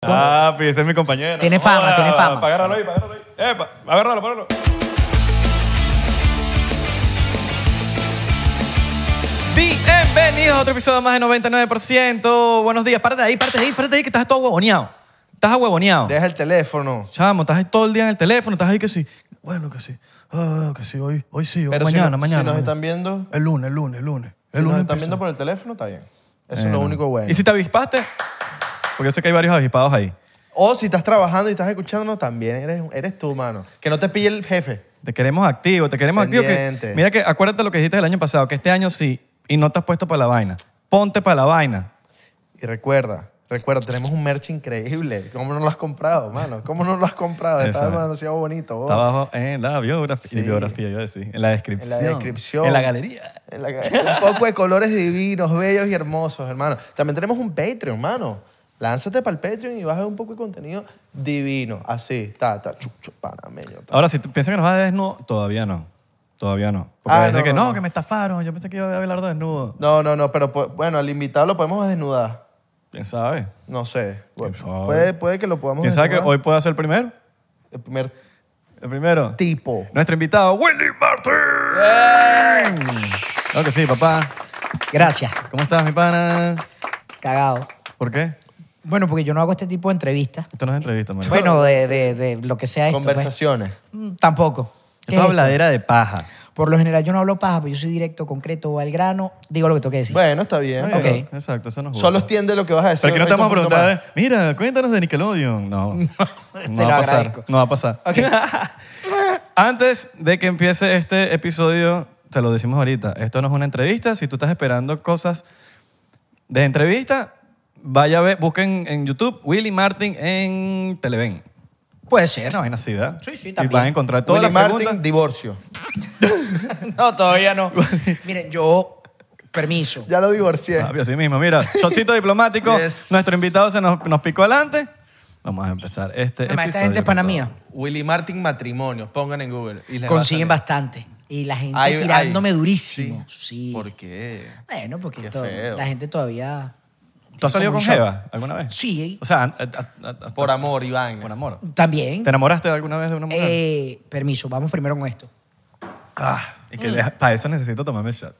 ¿Cómo? Papi, ese es mi compañero. Tiene fama, Joda, tiene fama. Agárralo ahí, agárralo ahí. Epa, agárralo, agárralo. Bienvenidos a otro episodio más de 99%. Buenos días. Párate ahí, párate ahí, párate ahí, que estás todo huevoneado. Estás ahuevoneado. Deja el teléfono. Chamo, estás ahí todo el día en el teléfono, estás ahí que sí. Bueno, que sí. Ah, que sí, hoy, hoy sí, hoy Pero si mañana, no- si mañana. nos mañana. están viendo- El lunes, el lunes, el lunes. El Si lunes nos están empieza. viendo por el teléfono, está bien. Eso es lo Bueno. único bueno. ¿Y si te avispaste? Porque yo sé que hay varios avispados ahí. O si estás trabajando y estás escuchándonos, también eres, eres tú, mano. Que no te pille el jefe. Te queremos activo, te queremos activo. que- Pendiente. mira que acuérdate lo que dijiste el año pasado, que este año sí, y no te has puesto para la vaina. Ponte para la vaina. Y recuerda, recuerda, tenemos un merch increíble. ¿Cómo no lo has comprado, mano? ¿Cómo no lo has comprado? Está Exacto. demasiado bonito. Está oh. abajo en la biografía, Sí. biografía, yo iba a decir, en la En descripción. la descripción. En la galería. En la- un poco de colores divinos, bellos y hermosos, hermano. También tenemos un Patreon, hermano. Lánzate para el Patreon y vas a ver un poco de contenido divino. Así, ta, ta, chu, chu, panameño. ta. Ahora, si te- piensan que nos vas a desnudo, todavía no. Todavía no. Porque Ah, dice no, que no, no, no. que me estafaron. Yo pensé que iba a hablar de desnudo. No, no, no, pero po- bueno, al invitado lo podemos desnudar. ¿Quién sabe? No sé. Bueno, ¿Quién sabe? puede, puede que lo podamos ¿Quién sabe que desnudar. hoy puede ser el primero? El primer El primero. tipo. Nuestro invitado, Willy Martín. Claro que sí, papá. Gracias. ¿Cómo estás, mi pana? Cagado. ¿Por qué? Bueno, porque yo no hago este tipo de entrevistas. Esto no es entrevista, María. Bueno, de, de- de lo que sea esto. pues. Conversaciones. Mm, Tampoco. Esto es ¿Qué es esto? habladera de paja. Por lo general yo no hablo paja, pero yo soy directo, concreto, o al grano. Digo lo que tengo que decir. Bueno, está bien. Está Ok. bien, Exacto, eso nos gusta. Solo extiende lo que vas a decir. Pero que no te ahorita vamos a un poquito preguntar, mira, cuéntanos de Nickelodeon. No, no lo va a pasar. agradezco. No va a pasar. Antes de que empiece este episodio, te lo decimos ahorita, esto no es una entrevista. Si tú estás esperando cosas de entrevista, vaya a ver, busquen en YouTube Willy Martin en Televen. Puede ser. Una vaina así, ¿verdad? Sí, sí, Y también. vas a encontrar más. ¿eh? todas Willy las Martin, preguntas. divorcio. No, todavía no. Miren, yo... Permiso. Ya lo divorcié. Papi, así mismo, mira, shotcito diplomático. Yes. Nuestro invitado se nos, nos picó adelante. Vamos a empezar este Además, episodio. esta gente es con pana todo. mía. Willy Martin matrimonio. Pongan en Google. y les va a Consiguen salir. bastante. Y la gente Ay, ay. tirándome durísimo. Sí. ¿Por qué? Bueno, porque Qué todo- feo. la gente todavía... ¿Tú has salido Como con un shock. Jeva alguna vez? Sí, O sea, an- a- a- a- Por amor, Iván. por amor. también. ¿Te enamoraste alguna vez de una mujer? Eh, permiso, vamos primero con esto. Ah, y que le- para eso necesito tomarme el shot.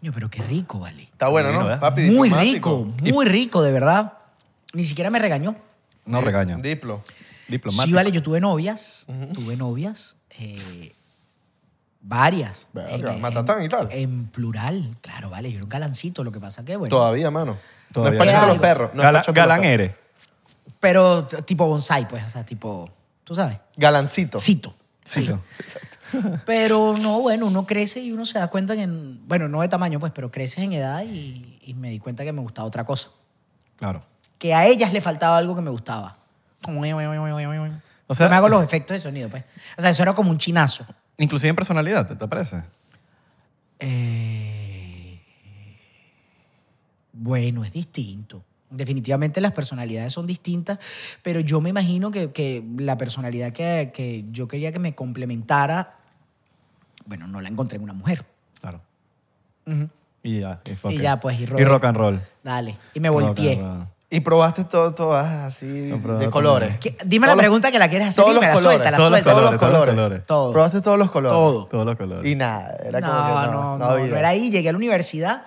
Coño, pero qué rico, vale. Está bueno, Divino, ¿eh? ¿no? ¿verdad? Papi, Muy diplomático. rico, muy rico, de verdad. Ni siquiera me regañó. No regaño. Diplo. Diplomático. Sí, vale, yo tuve novias, tuve novias, eh, varias. Verga, En- matatán en- y tal. En plural, claro, vale, yo era un galancito, lo que pasa que, bueno. Todavía, mano. Todavía. No espachas a los Galán. perros. No Gala- espachas a los galán perros. eres. Pero t- tipo bonsai, pues, o sea, tipo, tú sabes, Galancito. cito. Sí. Sí. Pero no, bueno, uno crece y uno se da cuenta que, en- bueno, no de tamaño, pues, pero creces en edad y, y me di cuenta que me gustaba otra cosa. Claro. que a ellas le faltaba algo que me gustaba. Como... O sea- me hago los efectos de sonido, pues. O sea, eso era como un chinazo. Inclusive en personalidad, ¿te, te parece? Eh, Bueno, es distinto. Definitivamente las personalidades son distintas, pero yo me imagino que, que la personalidad que, que yo quería que me complementara, bueno, no la encontré en una mujer. Claro. Ujú. Y ya. Y, fue Y ok. ya, pues, y rock. Y rock and roll. Dale. Y me Rock volteé. and roll. Y probaste todo, todas así, No, probé de todo. colores. ¿Qué? Dime la Todos los- pregunta que la quieres hacer. todos los Dime, la colores, suelta, la todos los suelta. Todos los Colores, todos los colores. colores. Todo. Probaste todos los colores. Todo. Todos los colores. Y nada, era como no, que no, no, no no, había. no era ahí. Llegué a la universidad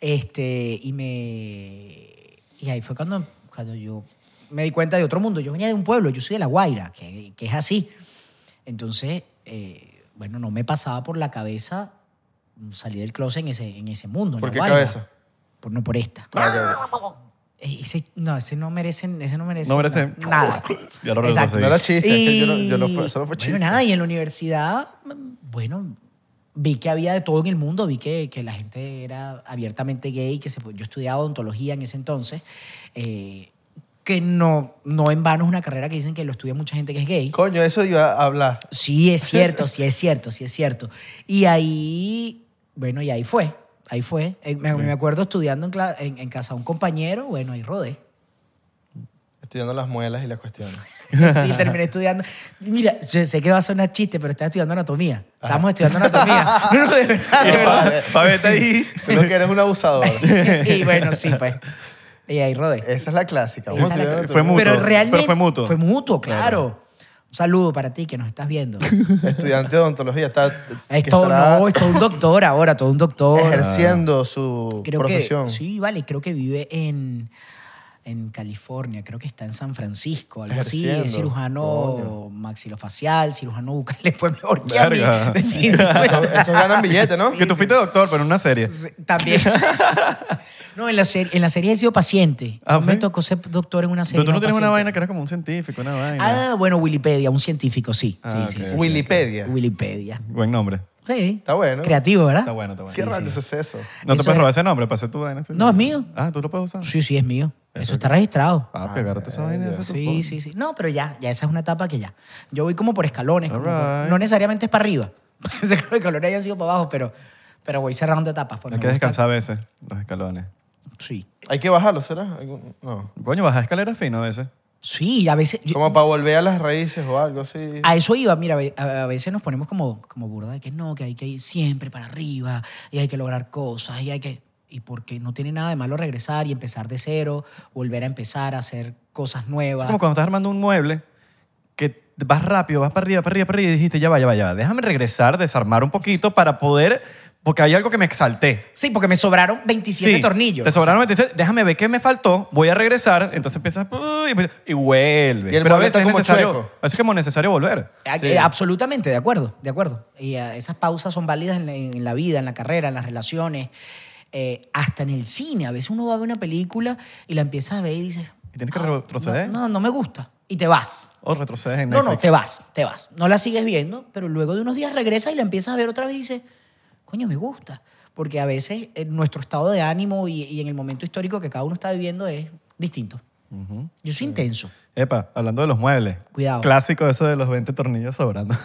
este, y me... Y ahí fue cuando, cuando yo me di cuenta de otro mundo. Yo venía de un pueblo, yo soy de La Guaira, que, que es así. Entonces, eh, bueno, no me pasaba por la cabeza salir del closet en ese, en ese mundo. en ¿Por La qué Guaira. cabeza? Ah, Por, no por esta. Ey, Ese, no, ese no merece, ese no merece, No merece- nada. Ya lo Exacto. retrocedí. No era chiste, es que yo no- yo no fue- eso no fue chiste. Bueno, nada, y en la universidad, bueno, vi que había de todo en el mundo, vi que, que la gente era abiertamente gay, que se, po- yo estudiaba odontología en ese entonces, eh, que no, no en vano es una carrera que dicen que lo estudia mucha gente que es gay. Coño, eso iba a hablar. Sí, es cierto, sí es cierto, sí es cierto. Y ahí, bueno, y ahí fue, ahí fue. Eh, Me, me acuerdo estudiando en, cla- en- en casa de un compañero, bueno, ahí rodé. Estudiando las muelas y las cuestiones. Sí, terminé estudiando. Mira, yo sé que va a sonar chiste, pero estaba estudiando anatomía. Estábamos estudiando anatomía. No, no, de verdad, de Pa- verdad. pa' verte ahí. Creo que eres un abusador. Y bueno, sí, pues. Y ahí rodé. Esa es la clásica. Esa Vamos es la a que- otro. Fue mutuo, Pero pero realmente. fue mutuo. Fue mutuo, claro. Un saludo para ti que nos estás viendo. Estudiante de odontología está, Es que todo, estará no, es todo un doctor ahora, todo un doctor. Ah. ejerciendo su Creo profesión. que. Sí, vale, creo que vive en. En California, creo que está en San Francisco, algo así. Es Ejerciendo, cirujano coño. maxilofacial, cirujano bucal. Le fue mejor que a Verga. mí. Eso- definitivamente. Esos ganan billetes, ¿no? que tú fuiste doctor, pero en una serie. Sí, También. No, en la, serie, en la serie he sido paciente. Ah, No me ¿sí? tocó ser doctor en una serie. Pero tú no tienes una paciente. vaina que eres como un científico, una vaina. Ah, bueno, Wikipedia, un científico, sí. Ah, sí, ok. sí, sí. Wikipedia. Wikipedia. Buen nombre. Sí. Está bueno. Creativo, ¿verdad? Está bueno, está bueno. ¿Qué rayos ¿Ah? sí. es eso? No te Eso puedes era- robar ese nombre, pasé tu vaina. ese No, es nombre. mío. Ah, tú lo puedes usar. Sí, sí, es mío. Eso está registrado. Ah, pegarte esa vaina. ese tu Sí, pobre. sí, sí. No, pero ya, ya esa es una etapa que ya. Yo voy como por escalones. como por- Alright. no necesariamente es para arriba. Pensé que los escalones hayan sido para abajo, pero, pero voy cerrando etapas. pues, Hay me que gusta- descansar a veces los escalones. Sí. Hay que bajarlo, ¿será? Algún- No. Coño, bajas escaleras fino a veces. Sí, a veces. yo- Como para volver a las raíces o algo así. A eso iba, mira, a a veces nos ponemos como, como burda de que no, que hay que ir siempre para arriba y hay que lograr cosas y hay que... Y porque no tiene nada de malo regresar y empezar de cero, volver a empezar a hacer cosas Es nuevas. como cuando estás armando un mueble que vas rápido, vas para arriba, para arriba, para arriba y dijiste, ya va, ya va, ya va. Déjame regresar, desarmar un poquito para poder, porque hay algo que me exalté. Sí, porque me sobraron 27 Sí, tornillos. Te sobraron 26. Déjame ver qué me faltó. Voy a regresar. Entonces empiezas uh, y, empiezas- y vuelve. Y el Pero a veces mueble está es como necesario. chueco. Ah, A veces es como necesario volver. O sea, Sí. eh, Absolutamente, de acuerdo, de acuerdo. Y eh, esas pausas son válidas en la, en la vida, en la carrera, en las relaciones, eh, hasta en el cine. A veces uno va a ver una película y la empiezas a ver y dices... Y tienes que "Ah, retroceder. No, no, no me gusta. Y te vas. O Oh, retrocedes en No, no, Netflix. te vas, te vas. No la sigues viendo, pero luego de unos días regresas y la empiezas a ver otra vez y dices, coño, me gusta. Porque a veces eh, nuestro estado de ánimo y, y en el momento histórico que cada uno está viviendo es distinto. Yo soy intenso. Epa, hablando de los muebles. Cuidado. Clásico eso de los 20 tornillos sobrando.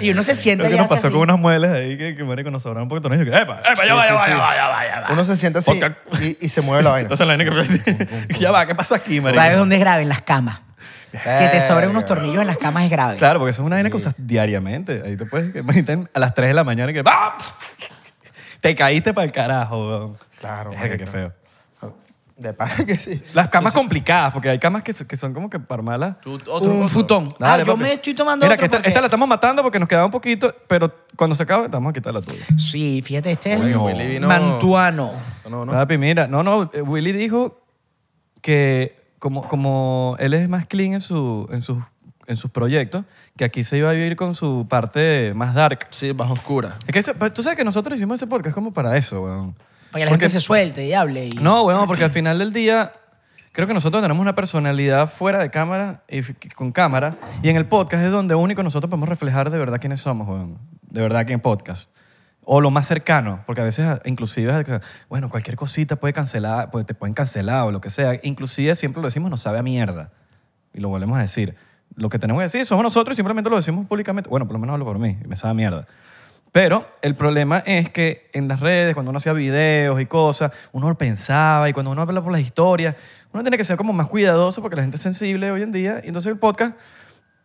Y uno se sienta Lo y que nos hace pasó así. con unos muebles ahí que, que marico, nos sobraron un poco de tornillos. que, Epa, epa, ya va, ya Sí, sí, va, sí. ya va, ya va, ya va. Uno se siente así Podcast. y, y se mueve la vaina. Entonces la vaina que... ya va, ¿qué pasó aquí, marico? ¿Sabes dónde es grave? En las camas. Que te sobren unos Verga. tornillos en las camas es grave. Claro, porque eso es una vaina que usas diariamente. Ahí te puedes que imagínate a las 3 de la mañana que ¡Ah! te caíste para el carajo, weón. Claro, Verga, qué marico. feo. De pana que sí. Las camas complicadas, porque hay camas que, so- que son como que para malas. Un futón. Ah, Dale, yo papi. me estoy tomando Mira, otro que esta, porque- esta la estamos matando porque nos quedaba un poquito, pero cuando se acabe, te vamos a quitar la tuya. Sí, fíjate, este es Coño. Willy vino- mantuano. No, no. Papi, mira, no, no, eh, Willy dijo que como, como él es más clean en, su, en, sus, en sus proyectos, que aquí se iba a vivir con su parte más dark. Sí, bajo oscura. Es que eso- pero tú sabes que nosotros hicimos este podcast como para eso, weón. Para que la Porque- gente se suelte y hable. y- No, weón, porque al final del día creo que nosotros tenemos una personalidad fuera de cámara y f- con cámara y en el podcast es donde único nosotros podemos reflejar de verdad quiénes somos, weón. De verdad aquí en podcast. O lo más cercano, porque a veces a- inclusive, bueno, cualquier cosita puede cancelar, pues te pueden cancelar o lo que sea. Inclusive siempre lo decimos, no sabe a mierda. Y lo volvemos a decir. Lo que tenemos que decir somos nosotros y simplemente lo decimos públicamente. Bueno, por lo menos hablo por mí, me sabe a mierda. Pero el problema es que en las redes, cuando uno hacía videos y cosas, uno pensaba y cuando uno habla por las historias, uno tiene que ser como más cuidadoso porque la gente es sensible hoy en día. Y entonces el podcast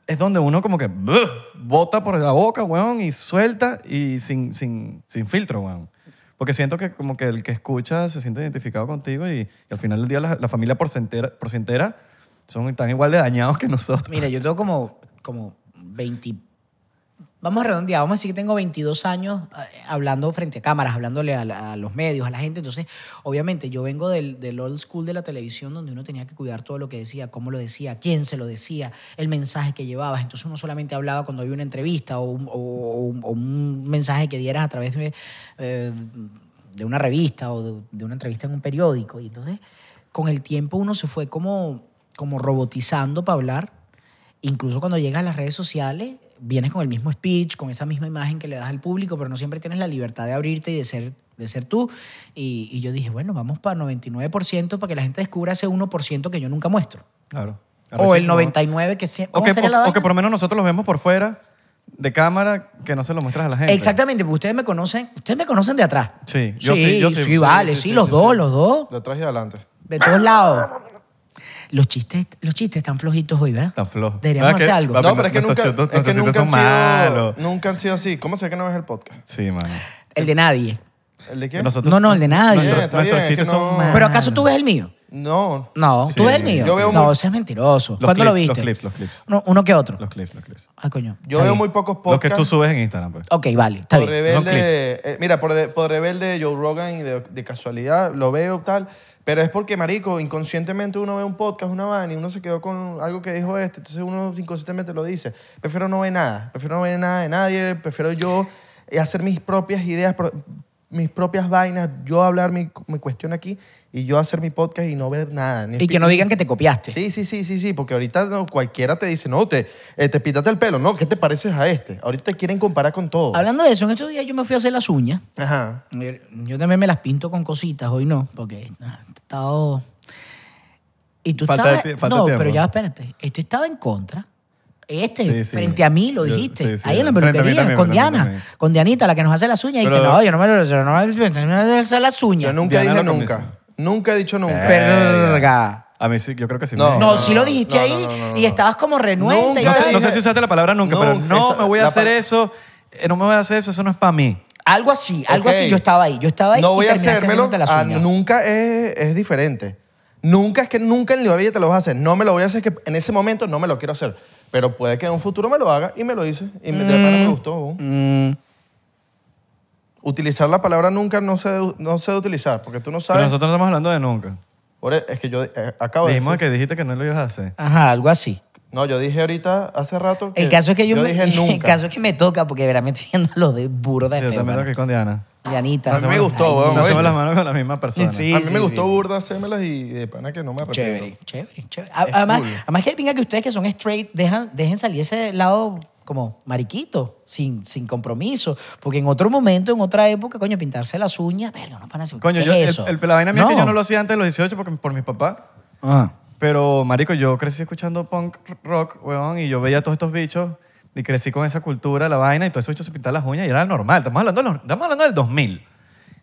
es donde uno como que ¡buh! bota por la boca, weón, y suelta y sin, sin, sin filtro, weón. Porque siento que como que el que escucha se siente identificado contigo y, y al final del día la, la familia porcentera, porcentera son tan igual de dañados que nosotros. Mira, yo tengo como, como 20. Vamos a redondear, vamos a decir que tengo 22 años eh, hablando frente a cámaras, hablándole a, la- a los medios, a la gente. Entonces, obviamente, yo vengo del, del old school de la televisión, donde uno tenía que cuidar todo lo que decía, cómo lo decía, quién se lo decía, el mensaje que llevabas. Entonces, uno solamente hablaba cuando había una entrevista o un, o- o un- o un mensaje que dieras a través de, eh, de una revista o de, de una entrevista en un periódico. Y entonces, con el tiempo, uno se fue como, como robotizando para hablar incluso cuando llegas a las redes sociales, vienes con el mismo speech, con esa misma imagen que le das al público, pero no siempre tienes la libertad de abrirte y de ser, de ser tú. Y, y yo dije, bueno, vamos para 99% para que la gente descubra ese 1% que yo nunca muestro. Claro. O el Arrechísimo, weón. 99% que se, O ¿cómo que, sería o- la o vaina? que por lo menos nosotros los vemos por fuera de cámara que no se lo muestras a la gente. Exactamente, porque ustedes me conocen, ustedes me conocen de atrás. Sí, yo sí, yo sí, sí, vale, sí, los dos, los dos, Lo traje adelante. de todos lados. Los chistes, los chistes están flojitos hoy, ¿verdad? Tan flojo. Deberíamos ¿Verdad que- hacer algo. Papi, no, pero es que nuestros nunca, chistes- es que nuestros nunca chistes han son sido, malos. nunca han sido así. ¿Cómo sé que no ves el podcast? Sí, mano. El de nadie. ¿El de Que qué? Nosotros, No, no, el de nadie. Nuestro- Está bien, nuestros es que chistes son no- más- ¿Pero acaso tú ves el mío? No. No, Sí, tú ves el mío. yo veo no, muy- seas mentiroso. Los ¿Cuándo lo clips, viste? los clips, los clips. Uno, uno que otro. Los clips, los clips. Ah, coño. Yo está veo bien. muy pocos Los que podcasts. tú subes en Instagram, pues. Ok, vale, está Por bien. Son rebelde, eh, mira, por, de- por rebelde Joe Rogan y de, de casualidad lo veo tal, pero es porque, marico, inconscientemente uno ve un podcast, una vaina y uno se quedó con algo que dijo este, entonces uno inconscientemente lo dice. Prefiero no ver nada, prefiero no ver nada de nadie, prefiero yo eh, hacer mis propias ideas, pro- mis propias vainas, yo hablar mi, mi cuestión aquí y yo hacer mi podcast y no ver nada. ni Y que no digan que te copiaste. Sí, sí, sí, sí, sí, porque ahorita no, cualquiera te dice, no, te, eh, te pítate el pelo, no, ¿qué te pareces a este? Ahorita te quieren comparar con todo. Hablando de eso, en estos días yo me fui a hacer las uñas. Eh, Ajá. Yo también me las pinto con cositas, hoy no, porque ah, he estado... Y tú Falta de estabas... ti- falta no, de tiempo. pero ya, espérate. Este estaba en contra. Este, Sí, sí. frente a mí, lo Yo- dijiste. sí, sí, Ahí en la frente a mí peluquería, también, con frente a mí Diana. también. Con Dianita, la que nos hace las uñas. Pero- dijiste, no, yo no me lo... Yo no me yo no me voy a hacer las uñas. Yo nunca Diana dije lo que me nunca. hizo. Nunca he dicho nunca. Eh, Verga. A mí sí, yo creo que sí. No, me- No, no, sí lo dijiste no, ahí no, no, no, y no. estabas como renuente. Nunca y No yo- sé, dije- no sé si usaste la palabra nunca, pero Nunca, no esa- me voy a la hacer pa- eso, eh, no me voy a hacer eso, eso no es para mí. Algo así, algo Ok. así. Yo estaba ahí, yo estaba ahí. No y voy a terminaste hacérmelo. haciéndote las Ah, uñas. nunca es, es diferente. Nunca es que nunca en la vida te lo vas a hacer. No me lo voy a hacer, que en ese momento no me lo quiero hacer. Pero puede que en un futuro me lo haga y me lo hice. Y me, de pana me gustó. uh. Mm, Utilizar la palabra nunca no sé, no sé de utilizar, porque tú no Pero sabes. nosotros no estamos hablando de nunca. Ahora, es que yo eh, acabo de Dijimos decir. que dijiste que no lo ibas a hacer. ajá, algo así. No, yo dije ahorita, hace rato. Que El caso es que yo, me, dije nunca. El caso es que me toca porque de verdad me estoy viendo lo de burro de Yo feo. también lo mano. que con Diana. Dianita. A mí me gustó, Ay, weón, no, Nos hacemos ¿viste? las manos con la misma persona. Sí, a mí me sí, gustó sí, sí. burda hacérmelas y de pana que no me arrepiento. Chévere, chévere, chévere. A- Además, cool. además que venga que ustedes que son straight, dejan, dejen salir ese lado como mariquito, sin, sin compromiso. Porque en otro momento, en otra época, coño, pintarse las uñas, verga, no para así. Coño, ¿qué yo, es el- eso? el, la vaina mía es que yo no lo hacía antes de los 18 porque, por mis papás. Ajá. Pero, marico, yo crecí escuchando punk rock, weón, y yo veía a todos estos bichos y crecí con esa cultura, la vaina, y todos esos bichos se pintaban las uñas y era normal. Estamos hablando, de los- estamos hablando del 2000.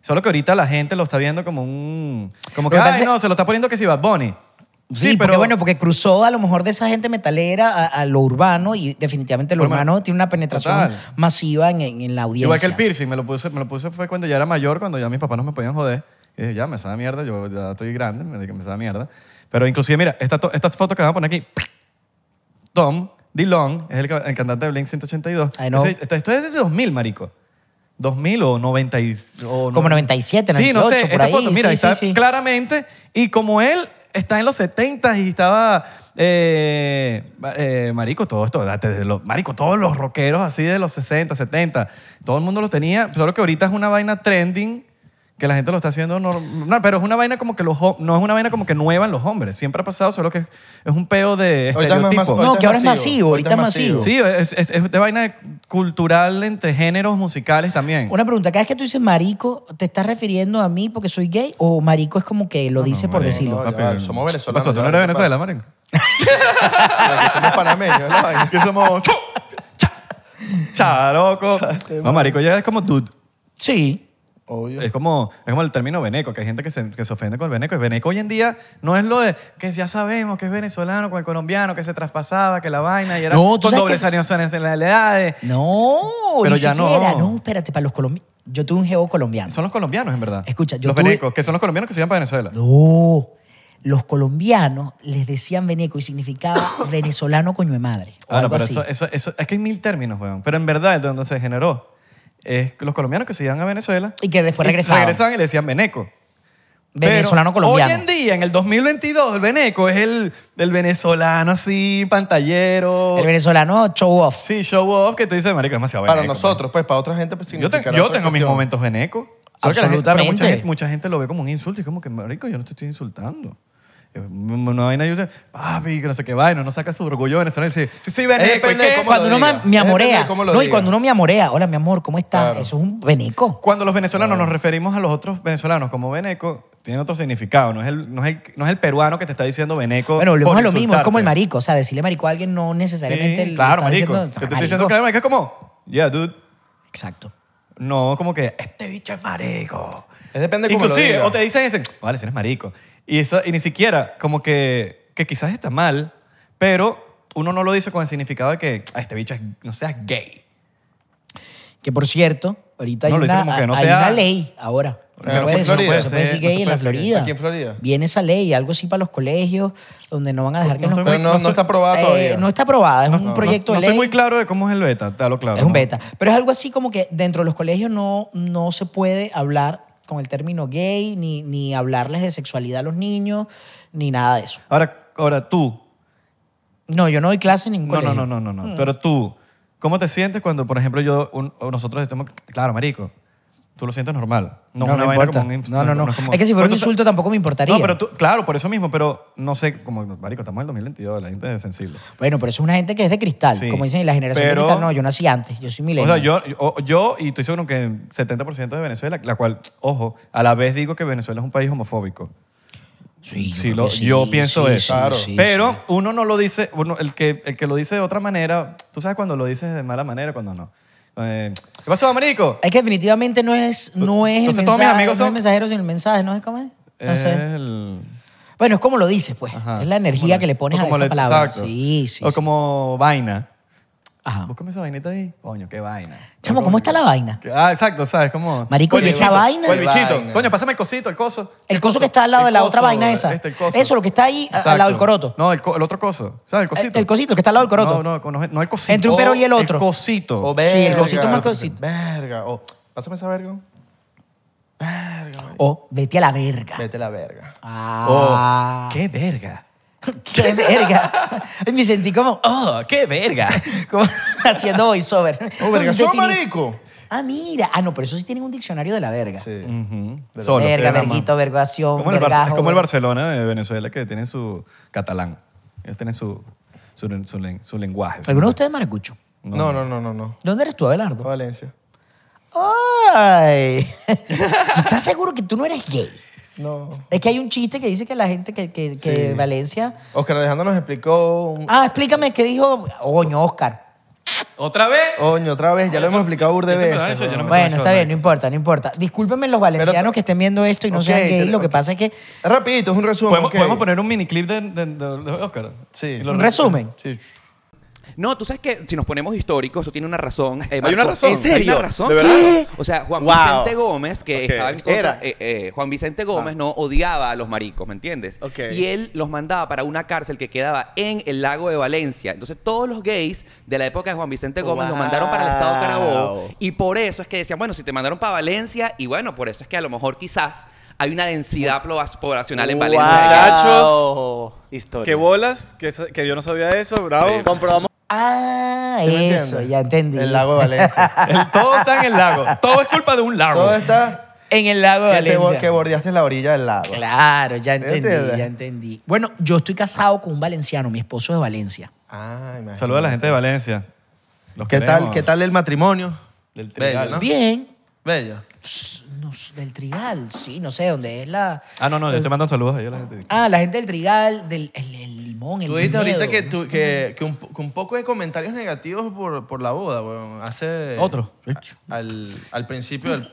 Solo que ahorita la gente lo está viendo como un... Como que, Lo que ay, pasa- no, se lo está poniendo que si Bad Bunny. Sí, porque bueno, porque cruzó a lo mejor de esa gente metalera a, a lo urbano y definitivamente lo Por ma- urbano tiene una penetración Total. masiva en, en- en la audiencia. Igual que el piercing, me lo puse, me lo puse fue cuando ya era mayor, cuando ya mis papás no me podían joder. Y dije, ya, me sabe mierda, yo ya estoy grande, me, me sabe mierda. Pero inclusive, mira, esta, to- esta foto que van a poner aquí, Tom DeLong, es el, ca- el cantante de Blink 182. I know. Ese- esto, esto es desde 2000, marico. 2000 o 90 y- o Como no- 97, Sí, no 98, sé, por esta ahí. foto, mira, Sí, está sí, sí. claramente. Y como él está en los 70 y estaba. eh, eh, marico, todo esto, desde los- marico, todos los rockeros así de los 60, 70, todo el mundo los tenía, solo que ahorita es una vaina trending que la gente lo está haciendo normal, pero es una vaina como que los hom- no es una vaina como que nueva en los hombres, siempre ha pasado, solo que es, es un peo de Ahorita es más- estereotipo. más- ahorita No, que ahora es masivo, ahorita es masivo. Sí, es, es, es de vaina cultural entre géneros musicales también. Una pregunta, cada vez que tú dices marico, ¿te estás refiriendo a mí porque soy gay o marico es como que lo dice por marico, decirlo? no, ya va, somos ¿Qué venezolanos, pasó? ¿Tú no ya va, eres ¿qué Venezuela, pasa? marico? Porque somos panameños, es la vaina. Que somos... ¡Chu! ¡Cha! ¡Cha, loco! No, marico, ya es como dude. Sí. Obvio. Es como, es como el término veneco, que hay gente que se, que se ofende con el veneco. El veneco hoy en día no es lo de que ya sabemos que es venezolano con el colombiano, que se traspasaba, que la vaina y era No, tú con sabes que dobles se- nacionalidades. No, Pero ni ya no. siquiera. No, espérate, para los colombianos. Yo tuve un geo colombiano. Son los colombianos, en verdad. Escucha, yo Los tuve- venecos, que son los colombianos que se iban para Venezuela. No. Los colombianos les decían veneco y significaba venezolano coño de madre. O Ahora, algo Ah, pero así. eso, eso, eso- es que hay mil términos, weón. Pero en verdad, de donde se generó, es que los colombianos que se iban a Venezuela. Y que y después regresaban. Regresaban y le decían veneco. Pero Venezolano colombiano. Hoy en día, en el 2022, el veneco es el, el venezolano así, pantallero. El venezolano show off. sí, show off, que tú dices, marico, es demasiado Para veneco, nosotros, pues, para otra gente, pues, marico. Yo, te- significará yo otra tengo mis cuestión. momentos veneco. Solo que la gente- pero mucha, Absolutamente. gente, mucha gente lo ve como un insulto y como que, marico, yo no te estoy insultando. Es Una vaina yo te, papi, que no sé qué vaina, no saca su orgullo venezolano y dice, sí, sí, veneco, ¿y depende de qué? cómo cuando lo uno ma- diga. me amorea. Depende de cómo lo no, y diga. cuando uno me amorea, hola, mi amor, ¿cómo estás? Claro. Eso es un veneco. Cuando los venezolanos nos referimos a los otros venezolanos como veneco, tiene otro significado. No es el, no es el, no es el peruano que te está diciendo veneco. Bueno, volvemos por a lo mismo, es como el insultarte. marico. O sea, decirle marico a alguien no Sí, necesariamente le claro, está marico. diciendo, que te "Marico". estoy diciendo que marico es como, yeah, dude. Exacto. No, como que, este bicho es marico. Es depende de cómo lo Inclusive, diga. o te dicen, dicen, vale, si eres marico. Y, eso, y ni siquiera, como que, que quizás está mal, pero uno no lo dice con el significado de que, "Ah, este bicho es- no seas gay. Que por cierto, Ahorita hay, No, lo dicen una, como que no hay sea- una ley ahora. Pero No aquí en puede ser, no Florida, puede ser, sí, puede ser no gay se en la puede decir. Florida. Aquí en Florida. Viene esa ley, algo así para los colegios, donde no van a dejar que No nos estoy Pero no, no está aprobada Eh, todavía. no está aprobada, es un proyecto no, de estoy ley. muy claro de cómo es el beta, te hablo claro. Es un ¿no? beta. Pero es algo así como que dentro de los colegios no, no se puede hablar con el término gay, ni, ni hablarles de sexualidad a los niños, ni nada de eso. Ahora, ahora tú. No, yo no doy clase en ningún No, no, colegio. Mm. no, no, no, no. Pero tú, ¿cómo te sientes cuando, por ejemplo, yo un- o nosotros estamos, claro, marico, tú lo sientes normal. No, No, es una no vaina importa. como un inf- No, no, no. es como- Es que si fuera un Porque tú- insulto tampoco me importaría. No, pero tú, claro, por eso mismo, pero no sé, como, marico, estamos en el 2022, la gente es sensible. Bueno, pero eso es una gente que es de cristal. Sí. Como dicen, y la generación de Pero- cristal, no, yo nací antes, yo soy O milenio. sea, yo, yo, yo- y estoy seguro que 70% de Venezuela, la cual, ojo, a la vez digo que Venezuela es un país homofóbiko. Sí, yo, Sí, creo lo- que sí, yo pienso sí, eso. sí, Claro. sí, pero sí. uno no lo dice, uno- el, que, el que lo dice de otra manera, tú sabes cuando lo dices de mala manera, cuando no. Eh, ¿Qué pasó, marico? Es que definitivamente no es, no es el Entonces, mensaje, todos mis amigos no es el son- Eh, mensajero sin el mensaje, ¿no es cómo es? No sé. El- Bueno, es como lo dices, pues. ajá. Es la Como energía que le pones o a como esa le- palabra. exacto. Sí, sí. O sí. como vaina. Ajá. Búscame esa vainita ahí. Coño, qué vaina. Chamo, ¿cómo está la vaina? Ah, exacto, ¿sabes? Como... Marico, O el ¿y esa bichito, vaina? O el bichito. Vaina. Coño, pásame el cosito, el coso. El coso que está al lado El de la otra coso, vaina esa. este, el coso. Eso, lo que está ahí, a- al Exacto. lado del coroto. No, el, co- el otro coso. ¿Sabes? El cosito. El- el cosito, el que está al lado del coroto. No, no, no, no el cosito. Entre un pero y el O otro. Oh. El cosito. O Sí, el verga. cosito más cosito. Verga. O pásame esa verga. Verga. marico. O vete a la verga. Vete a la verga. Ah. Oh. ¡Qué verga! qué? verga. Me sentí como, ¡Oh, qué verga! como haciendo voiceover. Oh, O Oh, verga. Defini- ¡Soy marico! Ah, mira. Ah, no, pero eso sí tienen un diccionario de la verga. Sí. Ujú. Solo, Verga, era más. verguito, vergación, Como el, Bar- vergajo. es como el Barcelona de Venezuela que tienen su catalán. Ellos tienen su, su, su len- su lenguaje. ¿Alguno de ustedes maracucho? No, no, no, no, no. ¿Dónde eres tú, No, Abelardo? Valencia. ¡Ay! ¿Tú ¿Estás seguro que tú no eres gay? No. Es que hay un chiste que dice que la gente que, que, que Sí. Valencia... Oscar Alejandro nos explicó un Ah, explícame qué dijo Oño Oscar. ¿Otra vez? oño otra vez. Ya lo hemos explicado burde Yo siempre lo he veces. hecho, yo no me Bueno, conozco está de bien, no nada. importa, no importa. Discúlpenme los Pero valencianos t- que estén viendo esto y no Ok, sean gay. te- Lo que ok. pasa es que Rapidito, es un resumen. ¿Podemos, ok. podemos poner un miniclip de, de, de- de Oscar? Sí. Y lo un re- resumen. Sí. No, tú sabes que si nos ponemos históricos, eso tiene una razón. eh, Hay una Marco. razón. ¿En serio? Hay una razón. ¿De verdad? ¿Qué? O sea, Juan Wow. Vicente Gómez, que Ok. estaba en contra, Era. eh, eh, Juan Vicente Gómez no odiaba a los maricos, ¿me entiendes? Ok. Y él los mandaba para una cárcel que quedaba en el lago de Valencia. Entonces, todos los gays de la época de Juan Vicente Gómez los Wow. mandaron para el estado Carabobo. Y por eso es que decían, bueno, si te mandaron para Valencia, y bueno, por eso es que a lo mejor quizás hay una densidad poblac- poblacional en Valencia. Wow. Muchachos, Historia. qué bolas, que, sa- que yo no sabía eso, bravo. Sí. Comprobamos. Ah, ¿Sí me eso, entiendes? ya entendí. El lago de Valencia. El- todo está en el lago. Todo es culpa de un lago. Todo está En el lago de que, te, bo- Valencia. que bordeaste la orilla del lago. Claro, ya entendí, ¿Entiendes? ya entendí. Bueno, yo estoy casado con un valenciano, mi esposo es de Valencia. Ah, imagínate. Saluda a la gente de Valencia. Los ¿Qué tal, queremos. ¿Qué tal el matrimonio? Del Bello, trigal. ¿no? Bien. Bello. Pss, no sé, del Trigal, sí, no sé dónde es la... Ah, no, no, yo te mando saludos ahí a la gente. Eh. Ah, la gente del Trigal, del el, el limón, el Tú dijiste ahorita viñedo, que, no tú- sé que, que un, po- que un poco de comentarios negativos por, por la boda, weón. Hace... Otro. a- al, al principio del...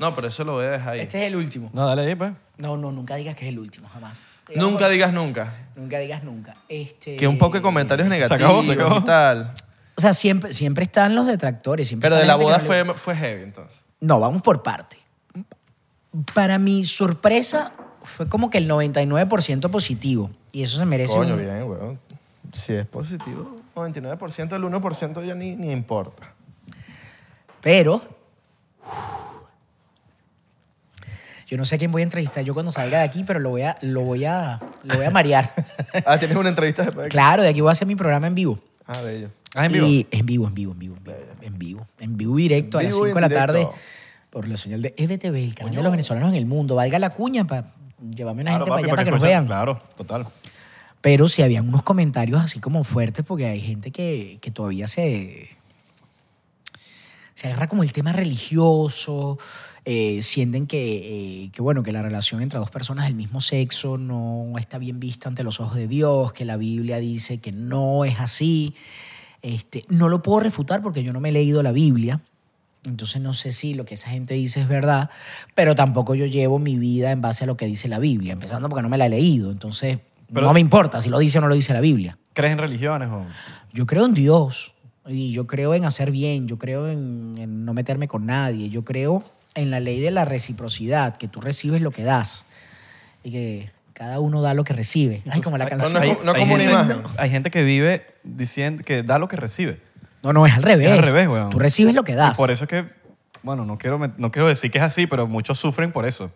No, pero eso lo voy a dejar cómo. ahí. Este es el último. No, dale ahí, pues. No, no, nunca digas que es el último, jamás. Nunca digas nunca. Nunca digas nunca. Este... Que un poco de comentarios negativos acabó, se acabó. y tal. O sea, siempre, siempre están los detractores. Siempre Pero de está la gente que boda no le- fue, fue heavy, entonces. No, vamos por parte. Para mi sorpresa, fue como que el 99% positivo. Y eso se merece. Coño, un- bien, weón. Si es positivo, 99%, el 1% ya ni, ni importa. Pero. Yo no sé a quién voy a entrevistar yo cuando salga de aquí, pero lo voy a, lo voy a, lo voy a marear. Ah, tienes una entrevista después. de aquí? claro, de aquí voy a hacer mi programa en vivo. Ah, bello. Ah, en vivo. Y en vivo, en vivo, en vivo, en vivo, en vivo, en vivo directo En a las vivo y 5 de la en tarde directo. por la señal de E EBTV, el canal de los venezolanos en el mundo. Valga la cuña para llevarme una gente Claro, papi, para allá para que nos escuchen. vean. Claro, total. Pero sí habían unos comentarios así como fuertes porque hay gente que, que todavía se, se agarra como el tema religioso, eh, sienten que, eh, que, bueno, que la relación entre dos personas del mismo sexo no está bien vista ante los ojos de Dios, que la Biblia dice que no es así. Este, no lo puedo refutar porque yo no me he leído la Biblia. Entonces no sé si lo que esa gente dice es verdad, pero tampoco yo llevo mi vida en base a lo que dice la Biblia, empezando porque no me la he leído. Entonces Pero- no me importa si lo dice o no lo dice la Biblia. ¿Crees en religiones o...? Yo creo en Dios. Y yo creo en hacer bien, yo creo en, en no meterme con nadie, yo creo en la ley de la reciprocidad, que tú recibes lo que das y que cada uno da lo que recibe. Ay, como la No, canción. es como- no es como una gente, imagen. hay gente que vive diciendo que da lo que recibe. No, no, es al revés. al revés, weón. Tú recibes lo que das. Y por eso es que, bueno, no quiero, met- no quiero decir que es así, pero muchos sufren por eso.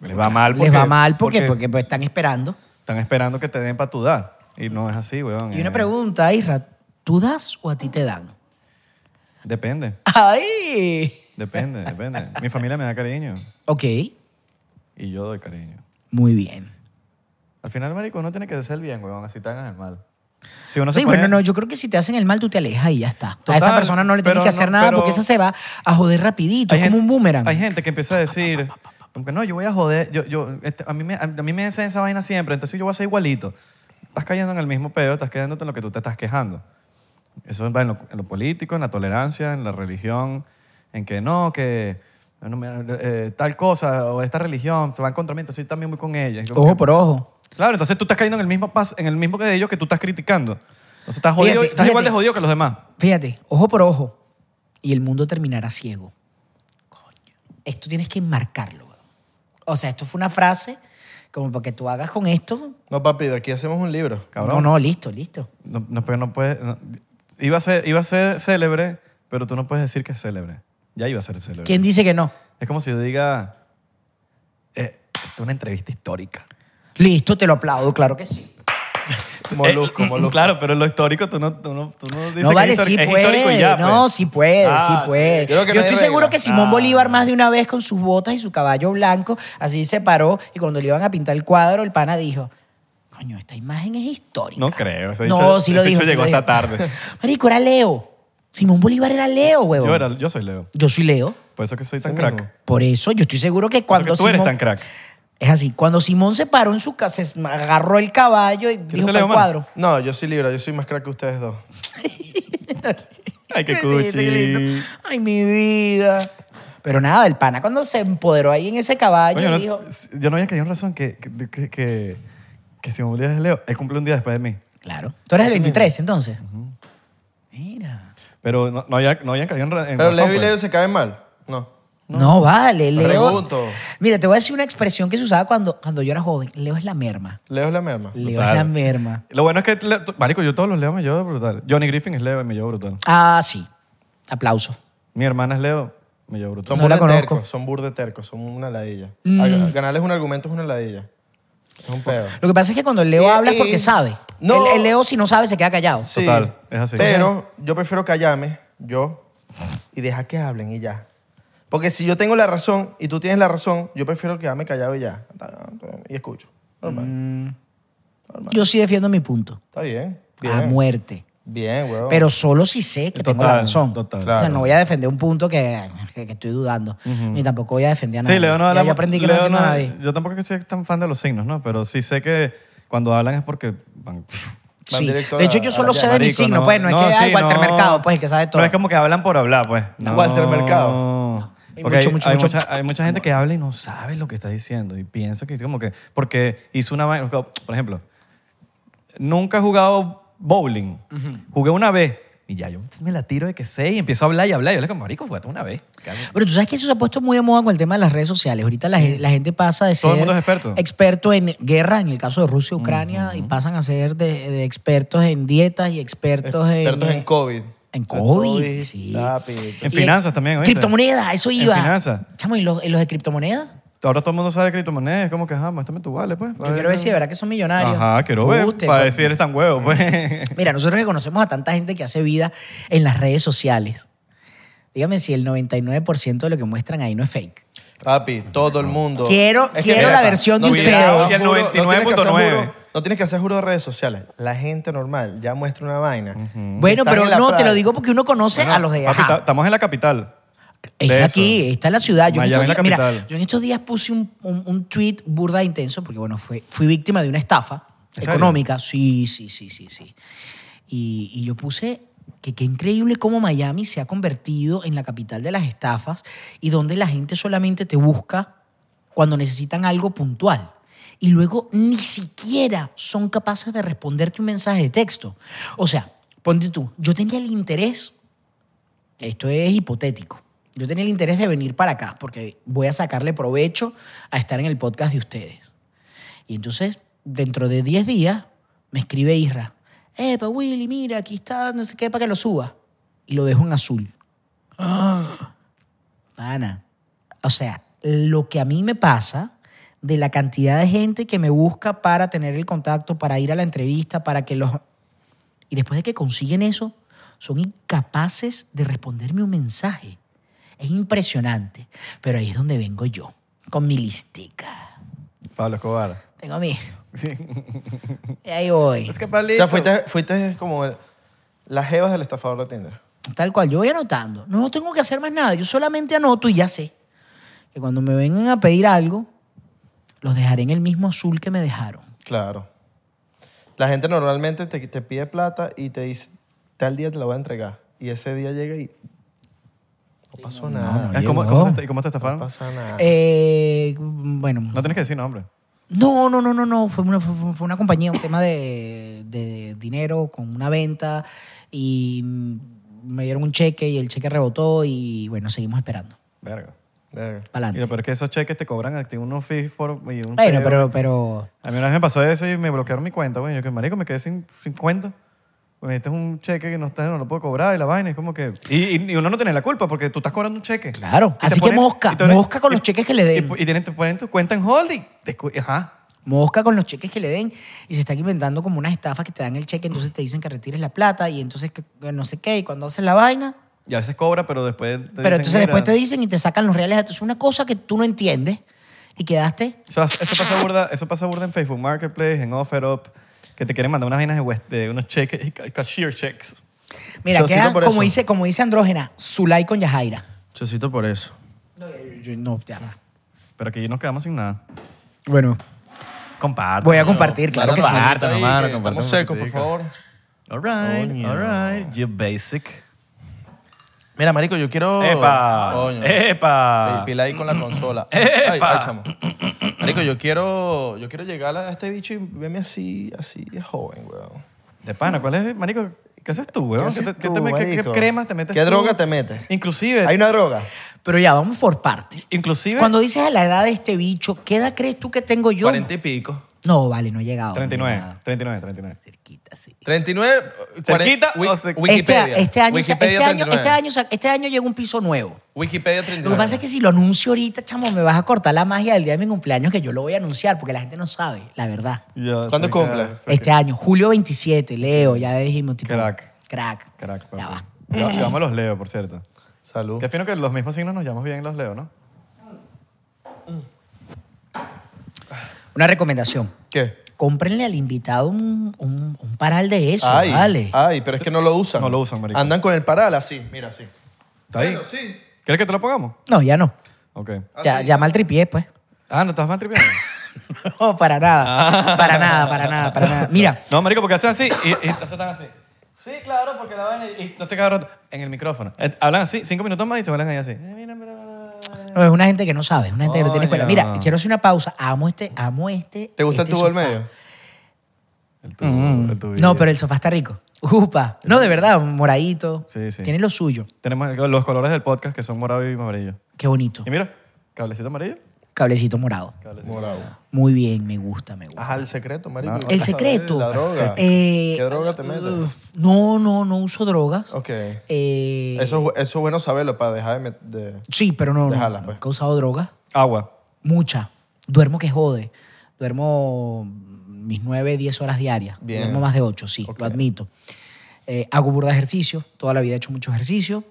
Les va mal porque, Les va mal porque, porque, pues, están esperando. están esperando que te den para tu dar. Y no es así, weón. Y una eh, pregunta, Isra, ¿tú das o a ti te dan? Depende, ¡Ay! depende, depende. Mi familia me da cariño Ok, y yo doy cariño. muy bien. Al final, marico, uno tiene que hacer el bien, weón, así te hagan el mal. Si uno se sí, pone- bueno, no, yo creo que si te hacen el mal, tú te alejas y ya está. a esa Total, persona no le pero tienes que hacer no, nada pero- porque esa se va a joder rapidito, hay es como gen- un boomerang. Hay gente que empieza a decir, como que no, yo voy a joder, yo, yo, este, a, mí me, a, mí me hacen esa vaina siempre, entonces yo voy a ser igualito. Estás cayendo en el mismo pedo, estás quedándote en lo que tú te estás quejando. Eso va en lo, en lo político, en la tolerancia, en la religión, en que no, que no me- eh, tal cosa o esta religión se va en contra mí, entonces yo también voy con ella. Y como Ojo que- por ojo. Claro, entonces tú estás cayendo en el mismo paso, en el mismo que ellos que tú estás criticando. Entonces estás, jodido, Fíjate, estás igual de fíjate. jodido que los demás. Fíjate, ojo por ojo. Y el mundo terminará ciego. Coño. Esto tienes que enmarcarlo. weón. O sea, esto fue una frase como para que tú hagas con esto. No, papi, de aquí hacemos un libro. Cabrón. No, no, listo, listo. No, no, pero no puedes. no. Iba, a ser, iba a ser célebre, pero tú no puedes decir que es célebre. Ya iba a ser célebre. ¿Quién dice que no? Es como si yo diga. eh, esta es una entrevista histórica. Listo, te lo aplaudo, claro que sí. Molusco, Eh, molusco. Claro, pero lo histórico tú no, tú no, tú no dices No que vale, es, histórico, sí es histórico puede. y ya. no, pues. sí puede, sí Ah, puede. sí. Yo creo que Yo no hay estoy seguro regla. que Simón Bolívar más de una vez con sus botas y su caballo blanco, así se paró y cuando le iban a pintar el cuadro, el pana dijo, coño, esta imagen es histórica. No creo. ese no, dicho- sí lo ese dijo. dicho sí llegó lo dijo. esta tarde. Marico, era Leo. Simón Bolívar era Leo, huevón. Yo, era, yo soy Leo. Yo soy Leo. Por eso que soy tan Sí crack. mismo. Por eso yo estoy seguro que Por eso cuando que tú eres Simón- tan crack. Es así, cuando Simón se paró en su casa, se agarró el caballo y ser dijo para el Leo, mano? cuadro. No, yo soy libro, yo soy más crack que ustedes dos. Ay, qué Besito, qué cuchi. lindo. Ay, mi vida. Pero nada, el pana cuando se empoderó ahí en ese caballo Coño, no- dijo, yo no había caído en razón que, que, que, que, que si me olvidas Leo, él cumple un día después de mí. claro, tú eres el 23 entonces. Mira. Pero no, no, había, no habían caído en, ra- en Pero razón, Leo y pues. Leo se caen mal. No. No, vale, Leo. Pregunto. Mira, te voy a decir una expresión que se usaba cuando, cuando yo era joven. Leo es la merma. Leo es la merma. Leo Total. es la merma. Lo bueno es que, le- tú- marico, yo todos los Leo me llevo brutal. Johnny Griffin es Leo y me llevo brutal. Ah, sí. Aplauso. Mi hermana es Leo, me llevo brutal. Son No la burde conozco. Mm. tercos, son burde tercos, son una ladilla. Al- Ganarles un argumento es una ladilla. Es un pedo. Lo que pasa es que cuando Leo Eh, habla es eh, porque sabe. no. El, el Leo si no sabe se queda callado. Sí, Total, es así. Pero yo prefiero callarme, yo, y dejar que hablen y ya. Porque si yo tengo la razón y tú tienes la razón, yo prefiero quedarme callado y ya. Y escucho. Normal. Mm. Yo sí defiendo mi punto. Está bien. A Bien, muerte. bien weón. Ah, Pero solo si sé que tengo la Total, razón. total. O sea, Claro. no voy a defender un punto que, que- que estoy dudando. Ni tampoco voy a defender a nadie. Sí, Leo no Ya habla. Yo aprendí que Leo no defiendo no- a nadie. Yo tampoco soy tan fan de los signos, ¿no? Pero sí sé que cuando hablan es porque van. Van Sí. directo De hecho, a- yo a solo la sé de mi Marico, signo, pues. No, es que sí, hay Walter no. Mercado, pues, el que sabe todo. No es como que hablan por hablar, pues. No. Walter Mercado. Hay Porque mucho, hay, mucho, hay mucho. Mucha, hay mucha gente que habla y no sabe lo que está diciendo y piensa que como que porque hizo una vaina, por ejemplo, nunca he jugado bowling. Jugué una vez y ya yo me la tiro de que sé y empiezo a hablar y hablar. Yo le digo, marico, jugaste una vez. Pero tú sabes que eso se ha puesto muy de moda con el tema de las redes sociales. Ahorita la, gen- la gente pasa de ser Todo el mundo es experto. experto en guerra, en el caso de Rusia, Ucrania, y pasan a ser de, de expertos en dietas y expertos, Expertos en, en COVID. en COVID, sí. Papi. En Y- finanzas también, ¿oíste? Criptomonedas, eso En iba. finanzas. Chamo, ¿y los, y los de criptomonedas? Ahora todo el mundo sabe de criptomonedas. Es como que, ajá, muéstrame tu vale, pues. Yo quiero ver si de verdad que son millonarios. Ajá, quiero ver. Usted, para pa- ver si eres tan huevo, pues. Mira, nosotros que conocemos a tanta gente que hace vida en las redes sociales, dígame si el 99% de lo que muestran ahí no es fake. Papi, todo el mundo. Quiero- quiero mira, la versión de tienes que ustedes. hacer juro- no tienes que hacer 99.9. juro- No tienes que hacer juro de redes sociales. La gente normal ya muestra una vaina. Mm, Bueno, Están pero en la no, te playa. lo digo porque uno conoce a los de Papi, ta- ajá. estamos en la capital. de Está eso. aquí, está en la ciudad. Yo en, Miami estos es la días, mira, capital. yo en estos días puse un, un, un tweet burda de intenso porque, bueno, fue, fui víctima de una estafa ¿En serio? económica. Sí, sí, sí, sí, sí. Y, y yo puse que qué increíble cómo Miami se ha convertido en la capital de las estafas y donde la gente solamente te busca cuando necesitan algo puntual. Y luego ni siquiera son capaces de responderte un mensaje de texto. O sea, Ponte tú, yo tenía el interés, esto es hipotético, yo tenía el interés de venir para acá porque voy a sacarle provecho a estar en el podcast de ustedes. Y entonces, dentro de 10 días, me escribe Isra, epa Willy, mira, aquí está, no sé qué, para que lo suba. Y lo dejo en azul. Ana, o sea, lo que a mí me pasa de la cantidad de gente que me busca para tener el contacto, para ir a la entrevista, para que los... Y después de que consiguen eso, son incapaces de responderme un mensaje. Es impresionante. Pero ahí es donde vengo yo, con mi listica. Pablo Escobar. Tengo mi... y ahí voy. Es que O sea, fuiste, fuiste como el- las jevas del estafador de Tinder. Tal cual, yo voy anotando. No tengo que hacer más nada, yo solamente anoto y ya sé que cuando me vengan a pedir algo, los dejaré en el mismo azul que me dejaron. Claro. La gente normalmente te, te pide plata y te dice, tal día te la voy a entregar. Y ese día llega y no pasó nada. no, Eh, ¿Cómo, Oye, cómo no. te, cómo te estafaron? No pasa nada. Eh, bueno, Ah. No tienes que decir nombre. no, no, no, no, no. Fue, una, fue- fue una compañía, un tema de, de dinero con una venta y me dieron un cheque y el cheque rebotó y bueno, seguimos esperando. Verga. Verga. Para Y lo adelante. peor es que esos cheques te cobran acti- unos fees por... Y un Bueno, peo. pero, pero A mí una vez me pasó eso y me bloquearon mi cuenta, güey. Yo que, marico, me quedé sin 50. Pues este es un cheque que no, está, no lo puedo cobrar y la vaina es como que... Y, y- y uno no tiene la culpa porque tú estás cobrando un cheque. Claro. Y te Así que mosca, y te ponen- mosca con los cheques que le den. Y, y tienen, te ponen tu cuenta en holding. Descu- Ajá. mosca con los cheques que le den y se están inventando como unas estafas que te dan el cheque, entonces te dicen que retires la plata y entonces que que no sé qué, y cuando haces la vaina, Y a veces cobra, pero después te pero entonces después te dicen... dicen y te sacan los reales. Entonces es una cosa que tú no entiendes y quedaste "Mira". O sea, eso pasa burda, eso pasa burda en Facebook Marketplace, en OfferUp, que te quieren mandar unas vainas de, West- de unos cheques, y ca- cashier checks. Mira, Chocito quedan, por como eso. dice, como dice Andrógena, Zulay con Yajaira. Chocito por eso. No, yo- yo- no, ya va. Pero aquí nos quedamos sin nada. Bueno, Comparte. voy a compartir, claro que sí. Comparte, Ahí, hermano, que comparte Estamos un secos, por poquitico. favor. All right, Coño. all right, you basic. Mira, marico, yo quiero... ¡Epa! Coño. ¡Epa! Pi- Pila ahí con la consola. Ay, ¡Epa! ay, chamo. Marico, yo quiero, yo quiero llegar a este bicho y verme así, así joven, weón. De pana, ¿cuál es, marico? ¿Qué haces tú, ¿Qué weón? haces te- tú, te- qué- qué marico? cremas te metes ¿Qué tú? droga te metes? Inclusive, Hay una droga. Pero ya, vamos por partes. inclusive Cuando dices a la edad de este bicho, ¿qué edad crees tú que tengo yo? Cuarenta y pico. No, vale, no he llegado. no he 39, llegado. 39, 39. Cerquita, sí. 39. cuare- ¿Cerquita Wi- o se- Este, Wikipedia. este año, Wikipedia este, año, 39. este, año, sa- este año llega un piso nuevo. Wikipedia Lo 39. que pasa es que si lo anuncio ahorita, chamo, me vas a cortar la magia del día de mi cumpleaños que yo lo voy a anunciar porque la gente no sabe, la verdad. Ya, ¿Cuándo sí, cumple? claro. Este año, julio 27, Leo, ya dijimos tipo. Crack. Crack. Caraca, Ya papi. va. Yo, yo amo a los Leo, por cierto. Salud. Qué fino que los mismos signos nos llamamos bien los Leo, ¿no? Una recomendación. ¿Qué? Cómprenle al invitado un, un, un paral de eso, ay, Ah. vale. ay, pero es que no lo usan. No lo usan, marico. Andan con el paral así, mira, así. ¿Está ahí? Bueno, sí. ¿Quieres que te lo pongamos? No, ya no. Ok. Ya, Ah, sí. Llama al tripié, pues. Ah, ¿no estás más tripeando? No, para Ah. nada. Para nada, para nada, para nada. Mira, No, marico, porque hacen así y, y hacen tan así. Sí, claro, porque la vaina y no sé cada rato en el micrófono. Eh, hablan así, cinco minutos más y se vuelven ahí así. Eh, mira, mira. no, es una gente que no sabe, es una gente que no tiene Coño. escuela. Mira, quiero hacer una pausa. Amo este, amo este. ¿Te gusta este el tubo del sofá. medio? El tubo, Mm. el tubo. No, pero el sofá está rico. Upa. No, de verdad, moradito. Sí, sí. Tiene lo suyo. Tenemos el- los colores del podcast que son morado y amarillo. Qué bonito. Y mira, cablecito amarillo. Cablecito morado. Morado. Muy bien, me gusta, me gusta. Ajá, el secreto, marico. Ah, ¿Qué El vas a secreto. ver? La droga. Eh, ¿Qué droga te metes? uh, no, no, no uso drogas. ok. Eh, Eso, es bu- eso es bueno saberlo para dejar de... met- de- Sí, pero no, no, Déjala, no, pues. nunca he usado drogas. Agua. Mucha. Duermo que jode. Duermo mis 9, 10 horas diarias. Bien. Duermo más de 8, sí, Ok. lo admito. Eh, hago burda de ejercicio. Toda la vida he hecho mucho ejercicio.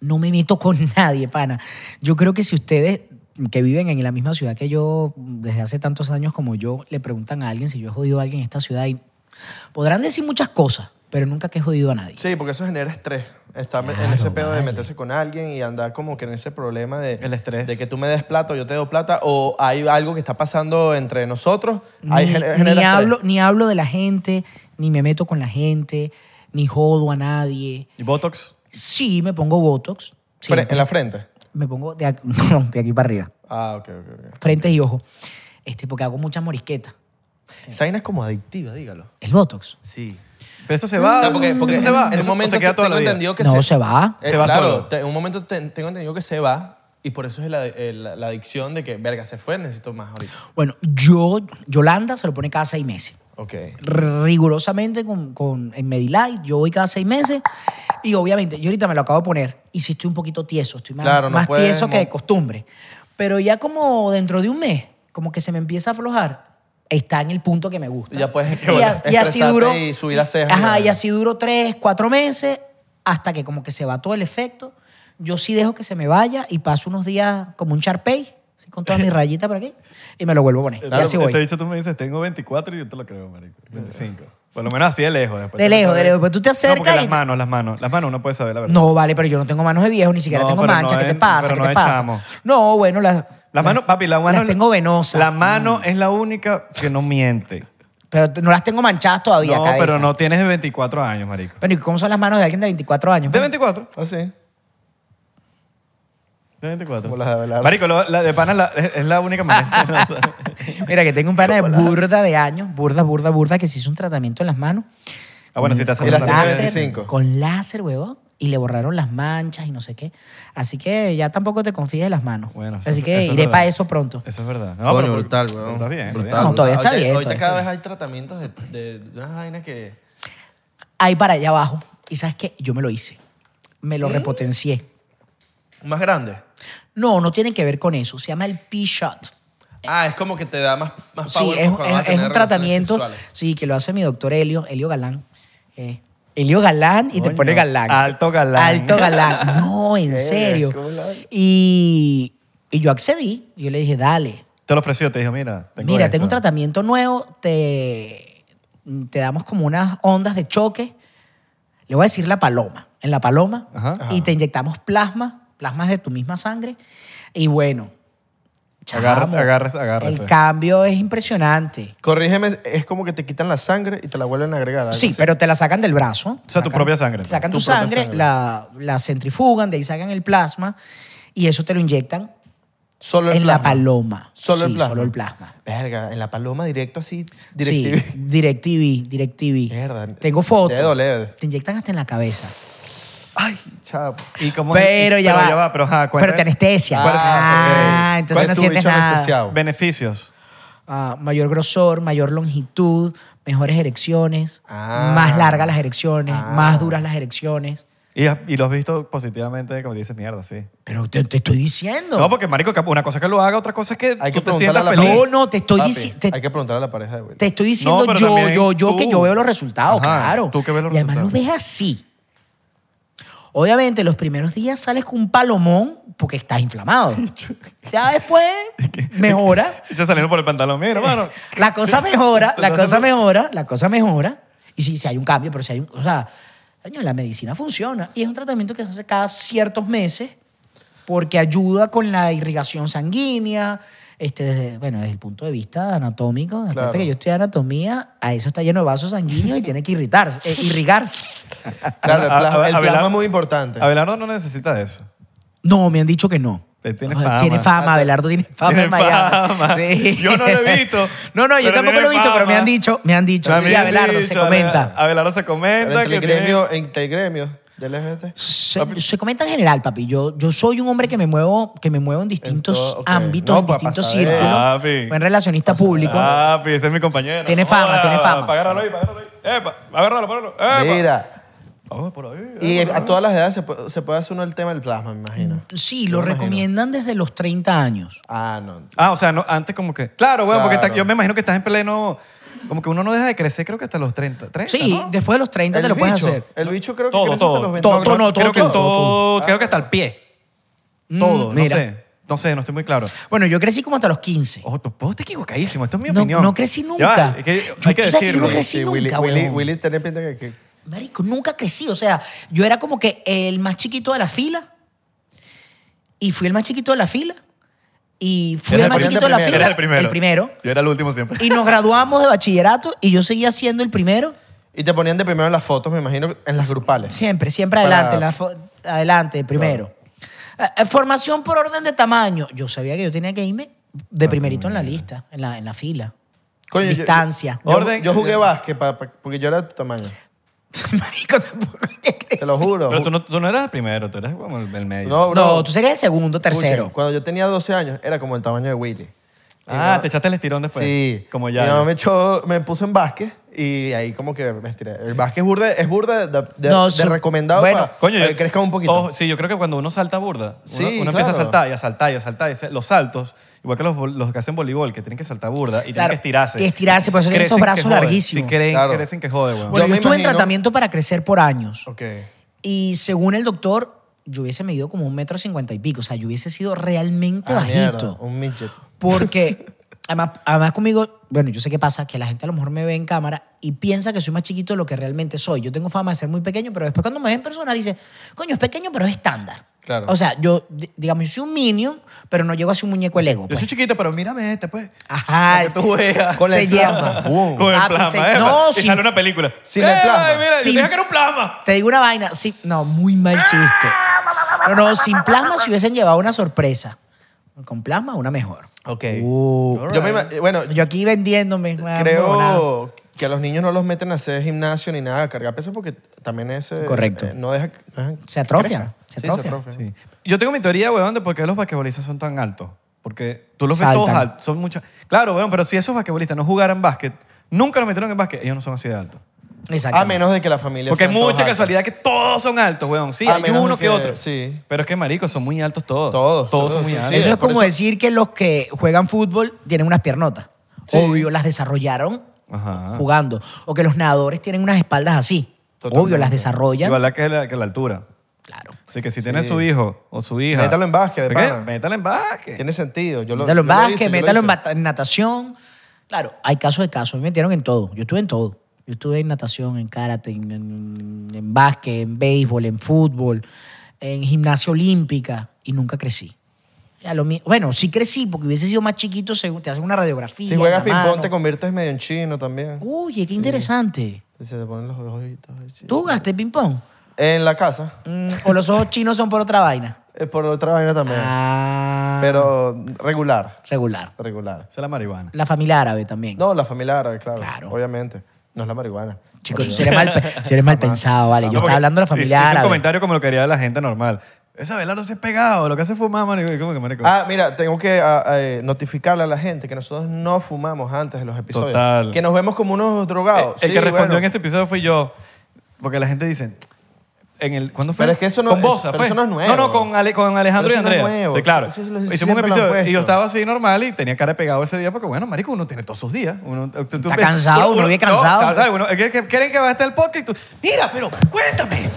No me meto con nadie, pana. Yo creo que si ustedes que viven en la misma ciudad que yo desde hace tantos años como yo, le preguntan a alguien si yo he jodido a alguien en esta ciudad y podrán decir muchas cosas, pero nunca que he jodido a nadie. Sí, porque eso genera estrés. Estar me- en Claro, ese pedo de vale. meterse con alguien y andar como que en ese problema de... El estrés. De que tú me des plata o yo te doy plata o hay algo que está pasando entre nosotros. Ahí ni, gen- ni genera estrés. hablo, ni hablo de la gente, ni me meto con la gente, ni jodo a nadie. Y Botox. Sí, me pongo Botox. Fre- siempre. ¿En la frente? Me pongo de aquí, de aquí para arriba. Ah, ok, ok, ok. Frente y ojo. Este, porque hago muchas morisquetas. Esa vaina es como adictiva, dígalo. El Botox. Sí. Pero eso se va. Mm. O sea, porque, porque eso se en- va. En un eso, o momento se queda toda la tengo vida. entendido que No, Se se va. va Eh, claro, solo. te- en un momento te- tengo entendido que se va y por eso es la, eh, la- la adicción de que, verga, se fue, necesito más ahorita. Bueno, yo, Yolanda se lo pone cada seis meses. Ok. rigurosamente con, con- en Medilight. Yo voy cada seis meses y obviamente yo ahorita me lo acabo de poner y si estoy un poquito tieso, estoy más, Claro, no más puedes tieso que de mo- costumbre. Pero ya como dentro de un mes, como que se me empieza a aflojar, está en el punto que me gusta. Ya puedes Y, a- y así expresarte duró. y subir las cejas. Ajá, Ya. y así duró tres, cuatro meses hasta que como que se va todo el efecto. Yo sí dejo que se me vaya y paso unos días como un Sharpay, así con toda mi rayita por aquí, y me lo vuelvo a poner. y Claro, así voy. Te he dicho, tú me dices, tengo 24 y yo te lo creo, marico. 25. Por lo menos así de lejos. Después De te lo lejos, de sabes. lejos. Pues tú te No, porque acercas las y- manos, las manos. Las manos uno puede saber, la verdad. No, vale, pero yo no tengo manos de viejo, ni siquiera No, tengo pero manchas. no ¿Qué te es- pasa? pero ¿Qué no te es pasa? chamo. No, bueno, las. Las manos, papi, la mano, Las tengo venosas. Mm. La mano es la única que no miente. Pero no las tengo manchadas todavía, No, cabeza. pero no tienes 24 años, marico. Pero, ¿y cómo son las manos de alguien de 24 años? De 24. Así. De 24. Como las de Abelardo. Marico, lo- la de pana la- es, es la única manera. Mira, que tengo un pana de burda de años, burda, burda, burda, que se hizo un tratamiento en las manos. ah, bueno, si te haces Y Con las la- tiene de láser. 25. Con láser, huevón. Y le borraron las manchas y no sé qué. Así que ya tampoco te confíes de las manos. Bueno, eso- Así que eso es iré verdad. para eso pronto. Eso es verdad. No, Coño, pero- brutal, pero weón. Estás bien, estás Brutal. No, todavía está Ahorita- bien, Ahorita todavía cada está vez hay tratamientos de, de- de unas vainas que... Ahí para allá abajo. Y sabes qué? Yo me lo hice. Me ¿Mm? lo repotencié. Más grandes. No, no tiene que ver con eso. Se llama el P-Shot. Ah, es como que te da más, más Sí, power es, cuando vas a es- es un tener relaciones tratamiento sexuales. sí, que lo hace mi doctor Helio, Helio Galán. Eh, Helio Galán y te Coño, pone galán. alto galán. Alto galán. No, en serio. ¿cómo la- Y, y yo accedí. Yo le dije, dale, Te lo ofreció, te dijo, mira. Tengo mira, esto. tengo un tratamiento nuevo, te, te damos como unas ondas de choque. Le voy a decir la paloma. En la paloma. Ajá. Y te inyectamos plasma, plasmas de tu misma sangre. Y bueno, Agarra- chamo, agarras- agárrese. el cambio es impresionante. Corrígeme, es como que te quitan la sangre y te la vuelven a agregar. algo Sí, así. pero te la sacan del brazo. O sea, tu Sacan- propia sangre. te Sacan Tu tu, propia sangre, sangre. La, la centrifugan, de ahí sacan el plasma y eso te lo inyectan Solo el en la plasma. paloma. Solo el Sí, plasma. Solo el plasma. Verga, en la paloma directo así, DirecTV. directivo. Sí, DirecTV, DirecTV. Mierda. Tengo fotos. Debe doler. Te inyectan hasta en la cabeza. Ay, chapo. ¿Y cómo es- Pero y- ya pero va. ya va. Pero, ajá, cuenta- Pero te anestesia. ¿Cuál es- Ah, ok. ¿Cuál entonces es no tu sientes bicho nada. anestesiado? Beneficios. Ah, mayor grosor, mayor longitud, mejores erecciones, Ah. más largas las erecciones, Ah. más duras las erecciones. Y, has- y lo has visto positivamente, como dices, mierda, sí. Pero te, te estoy diciendo. No, porque, marico, cap- una cosa es que lo haga, otra cosa es que Hay tú que te preguntarle sientas a la feliz. No, no, te estoy Papi, dici- te- Hay que preguntarle a la pareja de Will. Te estoy diciendo pero yo, también yo, yo, que tú. yo veo los resultados, Ajá, claro. tú que ves los y además resultados. lo ves así. Obviamente, los primeros días sales con un palomón porque estás inflamado. ya después mejora. Ya saliendo por el pantalón, mira, hermano. La cosa mejora, la cosa mejora, la cosa mejora. Y sí, sí hay un cambio, pero si hay un... O sea, coño, la medicina funciona. Y es un tratamiento que se hace cada ciertos meses porque ayuda con la irrigación sanguínea. Este, desde- bueno, desde el punto de vista anatómico, aparte Claro. que yo estudié anatomía, a eso está lleno de vasos sanguíneos y tiene que irritarse, eh, irrigarse. Claro, el A- a- plasma, el Abelardo- plasma es muy importante. Abelardo no necesita eso. No, me han dicho que no. Eh, tiene No, fama. Tiene fama, Abelardo tiene fama Tiene en Miami. fama. Sí. Yo no lo he visto, No, no, yo pero tampoco tiene lo he visto, pero me fama. han dicho, me han dicho. También sí, Abelardo, se dicho, comenta. Abelardo se Pero comenta entre que el gremio, entre el gremio del LGBT. Se, se comenta en general, papi. Yo, yo soy un hombre que me muevo, que me muevo en distintos todo, ok. ámbitos, No, en pa- distintos pasadera. círculos. Papi. Buen relacionista público. Ah, pi, ese es mi compañero. Tiene fama, tiene fama. Agárralo ahí, agárralo ahí. Epa, agárralo, agárralo. Epa. Mira, Vamos por ahí. y a todas las edades se puede, se puede hacer uno el tema del plasma, me imagino. Sí, Yo lo me imagino. recomiendan desde los 30 años. Ah, no. Ah, o sea, no, antes como que. Claro, bueno, porque Claro. está- yo me imagino que estás en pleno. Como que uno no deja de crecer, creo que hasta los 30. 30 Sí, ¿no? después de los 30 te El lo puedes bicho, hacer. El bicho creo que todo, crece todo. hasta los 20. Todo, creo- creo no, todo, que todo, Creo que hasta el pie. Todo, Mm, no mira. sé. Oh. No sé, no estoy muy claro. Bueno, yo crecí como hasta los 15. Ojo, tu puedo estar equivocadísimo. Esto es mi No, opinión. no crecí Ya nunca. va, es que Yo- hay que tú sabes que yo decirlo. no crecí Willy, nunca, Willy, weón. Willy tenía pinta que, que- Marico, nunca crecí. O sea, yo era como que el más chiquito de la fila. Y fui el más chiquito de la fila. Y fui Eres el más el chiquito de la primero. fila. Eres el primero. El primero. Yo era el último siempre. Y nos graduamos de bachillerato y yo seguía siendo el primero. Y te ponían de primero en las fotos, me imagino, en las grupales. Siempre, siempre Para- adelante, la fo- adelante, primero. Eh, eh, Formación por orden de tamaño. Yo sabía que yo tenía que irme de primerito en la lista, en la, en la fila. Coño, yo- Distancia. Yo, Orden. yo jugué básquet pa- pa- porque yo era de tu tamaño. Marico, tampoco quería crecer. Te lo juro. Pero tú no, tú no eras el primero, tú eras como el, el medio. No, bro. No, tú serías el segundo, Escuchen, tercero. cuando yo tenía 12 años, era como el tamaño de Willy. ah, te echaste el estirón después. Sí. Como ya. Mi mamá me, echó- me puso en básquet y ahí como que me estiré. El básquet es burda, es burda de, de- No, de su- recomendado bueno, para Coño, para yo- que crezca un poquito. Ojo, sí, yo creo que cuando uno salta burda, Sí, uno, uno empieza a claro. saltar y a saltar y a saltar. y se- los saltos, igual que los, vol- los que hacen voleibol, que tienen que saltar burda y tienen Claro, que estirarse. y estirarse, por eso tienen Crecen esos que brazos jode. larguísimos. Sí, creen, Claro. crecen que jode, weón. Bueno, Yo yo, me estuve en imagino- tratamiento para crecer por años. Ok. Y según el doctor, yo hubiese medido como un metro cincuenta y pico. O sea, yo hubiese sido realmente Ah, bajito. mierda, un midget. Porque además, además conmigo, bueno, yo sé qué pasa, que la gente a lo mejor me ve en cámara y piensa que soy más chiquito de lo que realmente soy. Yo tengo fama de ser muy pequeño, pero después cuando me ven en persona dicen, coño, es pequeño, pero es estándar. Claro. O sea, yo, di- digamos, yo soy un minion, pero no llego a ser un muñeco de Lego. Yo pues. soy chiquito, pero mírame este, pues. Ajá. Para que tú veas. Con Se la llama. llama. Con el Ah, plasma, pues, ¿eh? no, y sin- sale una película. sin el ¡Eh, plasma. ay, mira, Sin- deja que era un plasma. Te digo una vaina. Sí, no, muy mal chiste. No, no, sin plasma se hubiesen llevado una sorpresa. Con plasma, una mejor. Ok. Uh, Yo me ima- bueno, yo aquí vendiéndome. ah, huevonada. creo que a los niños no los meten a hacer gimnasio ni nada, a cargar peso porque también ese Correcto. eh, no deja, no dejan Se que atrofian, crezca. se Sí, atrofian. Sí. Yo tengo mi teoría, weón, de por qué los basquetbolistas son tan altos. Porque tú los ves Saltan. todos altos. Son muchas... Claro, weón, pero si esos basquetbolistas no jugaran básquet, nunca los metieron en básquet, ellos no son así de altos. A Exactamente. Ah, menos de que la familia Porque hay sean todos mucha altos. casualidad que todos son altos, weón. Sí, A hay menos uno que- que, otro. sí. Pero es que, marico, son muy altos todos. Todos, Todos son todos, muy sí, sí. altos. Eso Sí, es por como eso- decir que los que juegan fútbol tienen unas piernotas. Obvio, las desarrollaron Ah. Ajá. jugando. O que los nadadores tienen unas espaldas así. Totalmente. Obvio, las desarrollan. Igual que la, que la altura. Claro. Así que si tiene su hijo o su hija. Métalo en básquet, de ¿Por qué? pana. Métalo en básquet. Tiene sentido. Yo lo, métalo en yo lo hice, básquet, yo lo métalo en hice. bata- en natación. Claro, hay casos de casos. Me metieron en todo. Yo estuve en todo. Yo estuve en natación, en karate, en, en- en básquet, en béisbol, en fútbol, en gimnasia olímpica y nunca crecí. A lo mi- bueno, sí crecí porque hubiese sido más chiquito, según- te hacen una radiografía. Si juegas en la ping-pong te mano. conviertes medio en chino también. Oye, qué interesante. Y Se te ponen los ojitos. así. ¿Tú jugaste ping-pong? En la casa. Mm, o los ojos chinos son por otra vaina. eh, Por otra vaina también. Ah, Pero regular. regular. Regular. Esa es la marihuana. La familia árabe también. No, la familia árabe, claro. Claro. Obviamente. No es la marihuana. Chicos, si eres mal, pe- si eres mal pensado, vale. Yo Ah, No, porque estaba hablando de la familia hice un árabe. comentario como lo quería la gente normal. Esa Abelardo se es pegado, lo que hace es fumar, marico. Y como que, marico, Ah, mira, tengo que ah, eh, notificarle a la gente que nosotros no fumamos antes de los episodios. Total. Que nos vemos como unos eh, drogados. el Sí, que respondió bueno. en este episodio fui yo. Porque la gente dice... En el, ¿Cuándo fue? Pero es que eso no- con eso- Bosa, pero fue. eso no es No, nuevo. no, con, Ale- con Alejandro y Pero eso no es Andrea. nuevo. Sí, claro. Eso es lo- Hicimos siempre un lo han episodio y puesto. yo estaba así normal y tenía cara de pegado ese día porque, bueno, marico, uno tiene todos sus días. Uno, tú- tú Está ves- cansado, uno vive cansado. No, ¿sabes? Uno- ¿qué- qué- ¿Quieren que va a estar el podcast? y tú, Mira, pero cuéntame.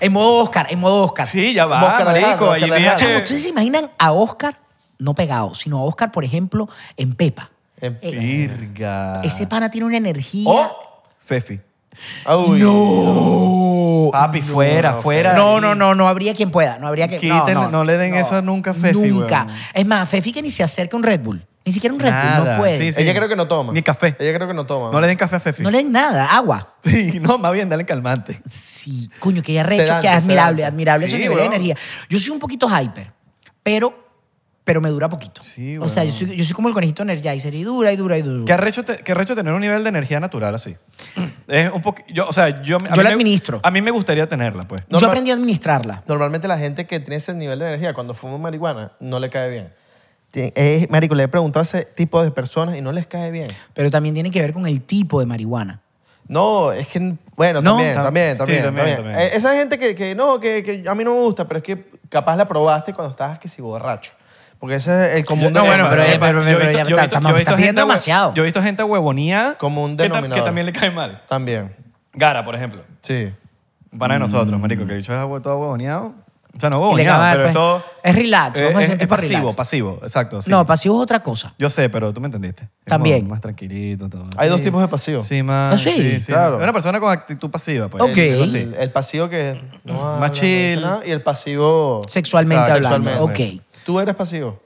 En modo Oscar, en modo Oscar. Sí, eh. ya va, Oscar Alejandro, marico. Oscar ahí vi Alejandro. que- Chamo, ¿Ustedes se imaginan a Oscar, no pegado, sino a Oscar, por ejemplo, en Pepa? En Eh, Virga. ese pana tiene una energía. Ah. O Fefi. Ah, uy. ¡No! Papi, fuera, fuera. No, no, no, no habría quien pueda. No habría quien Quiten- no le den eso nunca a Fefi, Nunca. weón. Es más, Fefi que ni se acerca a un Red Bull. Ni siquiera un Red Bull, Nada. no puede. Sí, sí. Ella creo que no toma. Ni café. Ella creo que no toma. No le den café a Fefi. No le den nada, agua. Sí, no, más bien, dale calmante. Sí, coño, que arrecho, que Sedante, admirable, sedante. admirable ese Sí, nivel de weón. energía. Yo soy un poquito hyper, pero, pero me dura poquito. Sí, o sea, yo weón. soy, yo soy como el conejito energizer y dura y dura y dura. Qué arrecho, te- qué arrecho tener un nivel de energía natural así. Es un poqu- yo, o sea, yo, a mí la me- administro. a mí me gustaría tenerla, pues. yo Normal- aprendí a administrarla. Normalmente la gente que tiene ese nivel de energía cuando fuma marihuana no le cae bien. Tien- eh, marico, le he preguntado a ese tipo de personas y no les cae bien. Pero también tiene que ver con el tipo de marihuana. No, es que, bueno, No. también, Tam- también, sí, también, también, también. también. Eh, Esa gente que, que no, que, que a mí no me gusta, pero es que capaz la probaste cuando estabas que si borracho. Porque ese es el común Eh, No, bueno, pero- eh, pero- denominador. Yo he pero visto- yo ya he visto- está- estamos- yo he visto estás pidiendo gente hue- demasiado. Yo he visto gente huevonía Como que, un ta- que denominador. también le cae mal. También, Gara, por ejemplo. sí. Un Pana de nosotros, marico, que el bicho es hue- todo huevoneado. O sea, no Mm. Y le huevoneado, acaba de- pero pues, es todo... es relax, eh, vamos a es, decir un es tipo pasivo, relax. pasivo, exacto. sí. No, pasivo es otra cosa. Yo sé, pero tú me entendiste. Es También. como Más tranquilito, todo. Hay dos Sí. tipos de pasivo. Sí, más. Ah, sí. Claro. Es Una persona con actitud pasiva, pues. Ok. Algo así. El, el pasivo que no habla, no dice chill. nada, y el pasivo Sexualmente Exacto, hablando. sexualmente. Ok. ¿Tú eres pasivo?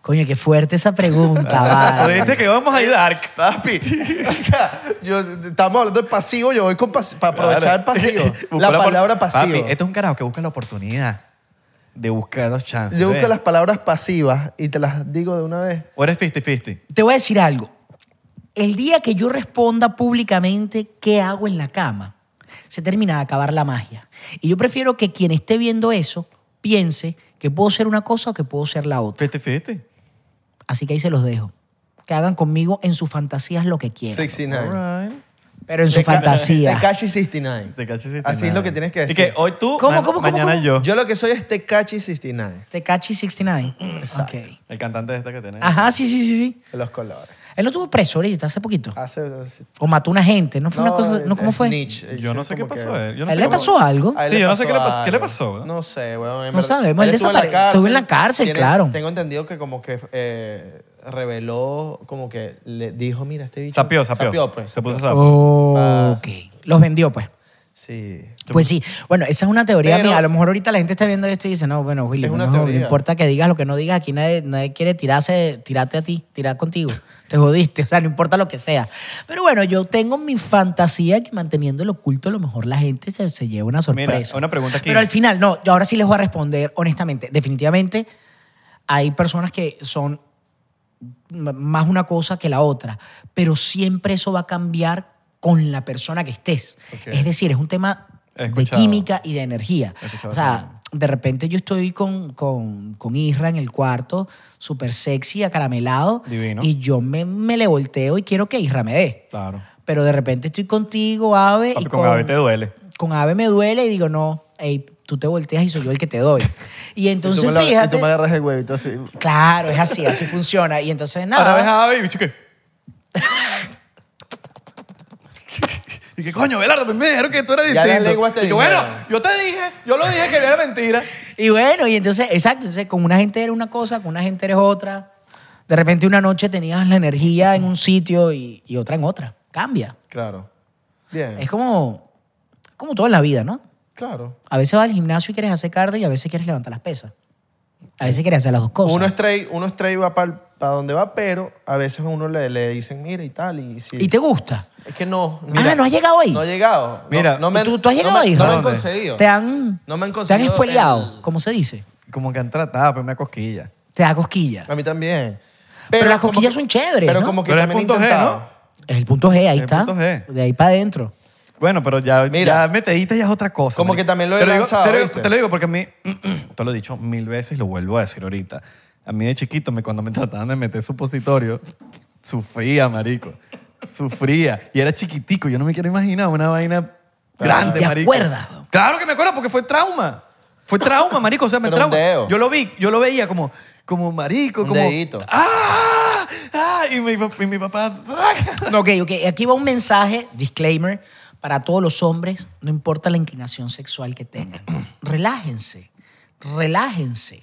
Coño, qué fuerte esa pregunta, Tú vale. dijiste que vamos a ir dark. Papi, o sea, yo, estamos hablando de pasivo, yo voy con pasivo, para aprovechar el pasivo. Busca la por- palabra pasivo. Papi, este es un carajo que busca la oportunidad de buscar los chances. yo busco ¿ves? las palabras pasivas y te las digo de una vez. O eres 50-50. Te voy a decir algo. El día que yo responda públicamente qué hago en la cama, se termina de acabar la magia. Y yo prefiero que quien esté viendo eso piense que puedo ser una cosa o que puedo ser la otra. 50-50. Así que ahí se los dejo. Que hagan conmigo en sus fantasías lo que quieran. 69. All right. Pero en su fantasía. Tekashi 69. Tekashi 69. Así es lo que tienes que Y decir. que hoy tú, ¿Cómo, ma- cómo, cómo, mañana cómo? yo. Yo lo que soy es Tekashi 69. Tecachi 69. Mm, Ok. El cantante este que tenés. Ajá, sí, sí, sí, sí. Los colores. Él no tuvo preso ahorita, hace poquito. Hace, O mató una gente, ¿no fue una no, cosa? ¿no? ¿Cómo es fue? Nietzsche. Yo no sé qué como pasó que- a él. Yo no ¿A él sé le cómo- pasó algo? A él Sí, yo no sé qué le pasó- qué le algo. pasó, eh? weón. No sé, weón. en No verdad. sabemos, él estuvo en la desapare- estuvo en la cárcel, Tiene- claro. Tengo entendido que como que eh, reveló, como que le dijo, mira, este bicho. Sapió, sapió. pues. Se puso sapió. Oh. sapió. ok. Los vendió, pues. Sí. Pues sí, bueno, esa es una teoría Pero- mía. A lo mejor ahorita la gente está viendo esto y dice, no, bueno, Willy, Es una no, no teoría. importa que digas lo que no digas, aquí nadie, nadie quiere tirarse, tirarte a ti, tirar contigo. Te jodiste, o sea, no importa lo que sea. Pero bueno, yo tengo mi fantasía que manteniendo lo oculto, a lo mejor la gente se, se lleva una Mira, sorpresa. una pregunta aquí. Pero al final, no, yo ahora sí les voy a responder honestamente. Definitivamente hay personas que son m- más una cosa que la otra, pero siempre eso va a cambiar con la persona que estés. Ok. Es decir, es un tema He de escuchado. química y de energía. He escuchado O sea, de repente yo estoy con, con, con Isra en el cuarto, súper sexy, acaramelado, Divino. y yo me, me le volteo y quiero que Isra me dé. Claro. Pero de repente estoy contigo, Ave, Papi, y Eh, con Gaby te duele. con Ave me duele y digo, no, ey, tú te volteas y soy yo el que te doy. Y entonces, y tú me, la- y fíjate, tú me agarras el huevito así. claro, es así, así funciona. Y entonces, Ahora ves a nada, Abby, bicho, ¿qué? y que coño, Belardo, pues me dijeron que tú eras Ya distinto. las lenguas te y que, bueno, dijeron. yo te dije, yo lo dije que era mentira. y bueno, y entonces, exacto, entonces con una gente eres una cosa, con una gente eres otra. De repente una noche tenías la energía en un sitio y, y otra en otra. Cambia. Claro. Bien. Es como, como todo en la vida, ¿no? Claro. A veces vas al gimnasio y quieres hacer cardio y a veces quieres levantar las pesas. A veces quieres hacer las dos cosas. Uno es trade, uno es trade va para donde va, pero a veces a uno le, le dicen, mira y tal. Y, si, ¿Y te gusta? Es que no. ah, ¿no has llegado ahí? No he llegado. No- Mira, no, me han- ¿Tú, tú has no llegado me- ahí, No me han Raúl? ¿Dónde? conseguido. Te han, No me han te han conseguido espoleado, el- como se dice. Como que han tratado, pero me da cosquilla. Te da cosquilla. A mí también. Pero las como cosquillas que- son chéveres, Pero ¿no? como que Pero es también he punto G, intentado. ¿no? Es el punto G, ahí El está. punto G. De ahí para adentro. Bueno, pero ya, Mira. ya metedita ya es otra cosa. Como marico. que también lo he Te digo- lanzado, te lo- ¿viste? te lo digo porque a mí, te lo he dicho mil veces y lo vuelvo a decir ahorita. A mí de chiquito, me, cuando me trataban de meter supositorio, sufría, marico. Sufría. Y era chiquitico. Yo no me quiero imaginar una vaina grande, ¿Te marico. acuerdas? Claro que me acuerdo porque fue trauma. Fue trauma, marico. O sea, me Pero un trauma. dedo. Yo lo vi, yo lo veía como, como marico, Un como. dedito. ¡Ah! ¡Ah! Y mi, pap- y mi papá. No, ok, ok. Aquí va un mensaje, disclaimer, para todos los hombres, no importa la inclinación sexual que tengan. Relájense, relájense.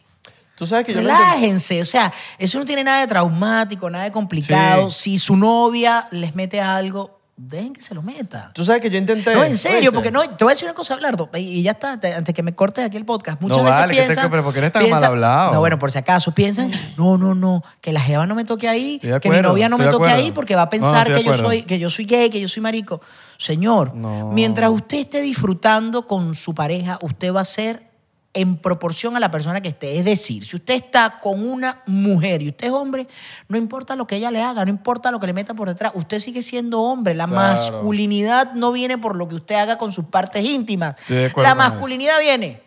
Tú sabes que yo lo intenté. Relájense, o sea, eso no tiene nada de traumático, nada de complicado. Si su novia les mete algo, dejen que se lo meta. Tú sabes que yo intenté. No, en serio, ¿oíste? porque no, te voy a decir una cosa, Abelardo, y- y ya está, te- antes que me cortes aquí el podcast. Muchas No veces vale, que te- piensan... pero porque eres tan piensan- mal hablado. No, bueno, por si acaso, piensan, no, no, no, que la jeva no me toque ahí, Estoy de que mi acuerdo, novia no me estoy de toque acuerdo. ahí porque va a No, pensar estoy de que, yo acuerdo. soy, que yo soy gay, que yo soy marico. Señor, No. mientras usted esté disfrutando con su pareja, usted va a ser en proporción a la persona que esté. Es decir, si usted está con una mujer y usted es hombre, no importa lo que ella le haga, no importa lo que le meta por detrás, usted sigue siendo hombre. La Claro. masculinidad no viene por lo que usted haga con sus partes íntimas. Estoy de acuerdo La con eso. masculinidad viene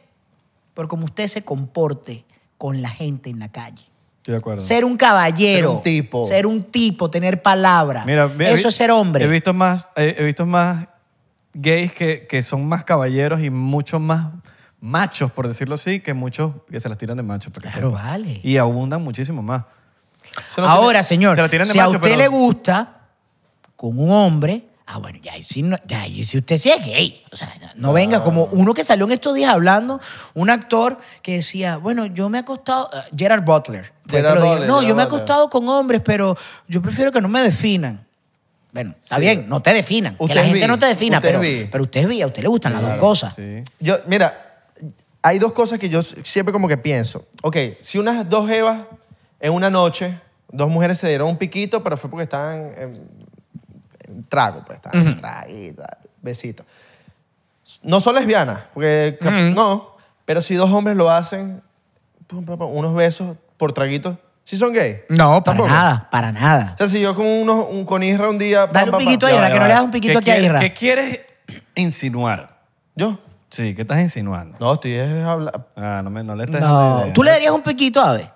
por cómo usted se comporte con la gente en la calle. Estoy de acuerdo. Ser un caballero. Ser un tipo. Ser un tipo, tener palabra. Mira, ve- Eso es ser hombre. He visto más, he, he visto más gays que, que son más caballeros y mucho más machos, por decirlo así, que muchos que se las tiran de machos. para que Claro, sepa. vale. Y abundan muchísimo más. Se lo Ahora, tiene- señor, se la tiran de si a macho, usted pero- le gusta con un hombre, ah, bueno, ya, y si, no- ya, y si usted sí es gay, o sea, no, no venga como Ah. uno que salió en estos días hablando, un actor que decía, bueno, yo me he acostado, eh, Gerard Butler, fue el que Gerard lo dijo, Butler, no, Gerard yo me he Butler. acostado con hombres, pero yo prefiero que no me definan. Bueno, está Sí. bien, no te definan, que Usted la es gente bi, no te defina, usted es pero, bi. pero usted es bi, a usted le gustan las Claro, dos cosas. sí. Yo, mira, hay dos cosas que yo siempre como que pienso. Ok, si unas dos evas en una noche, dos mujeres se dieron un piquito, pero fue porque estaban en, en trago, pues estaban en traguita, besito. No son lesbianas, porque cap- no, pero si dos hombres lo hacen, pum, pum, pum, unos besos por traguitos, si son gay. No, para Tampoco. nada, para nada. O sea, si yo con unos, un, con Isra un día... Dale un piquito a Isra, que no le das un piquito ¿Qué aquí a quieres- Isra. ¿Qué quieres insinuar. ¿Yo? Sí, ¿qué estás insinuando? No, estoy es habla- Ah, no, me, no le estés dando No. idea. ¿Tú le darías un pequito a Ave?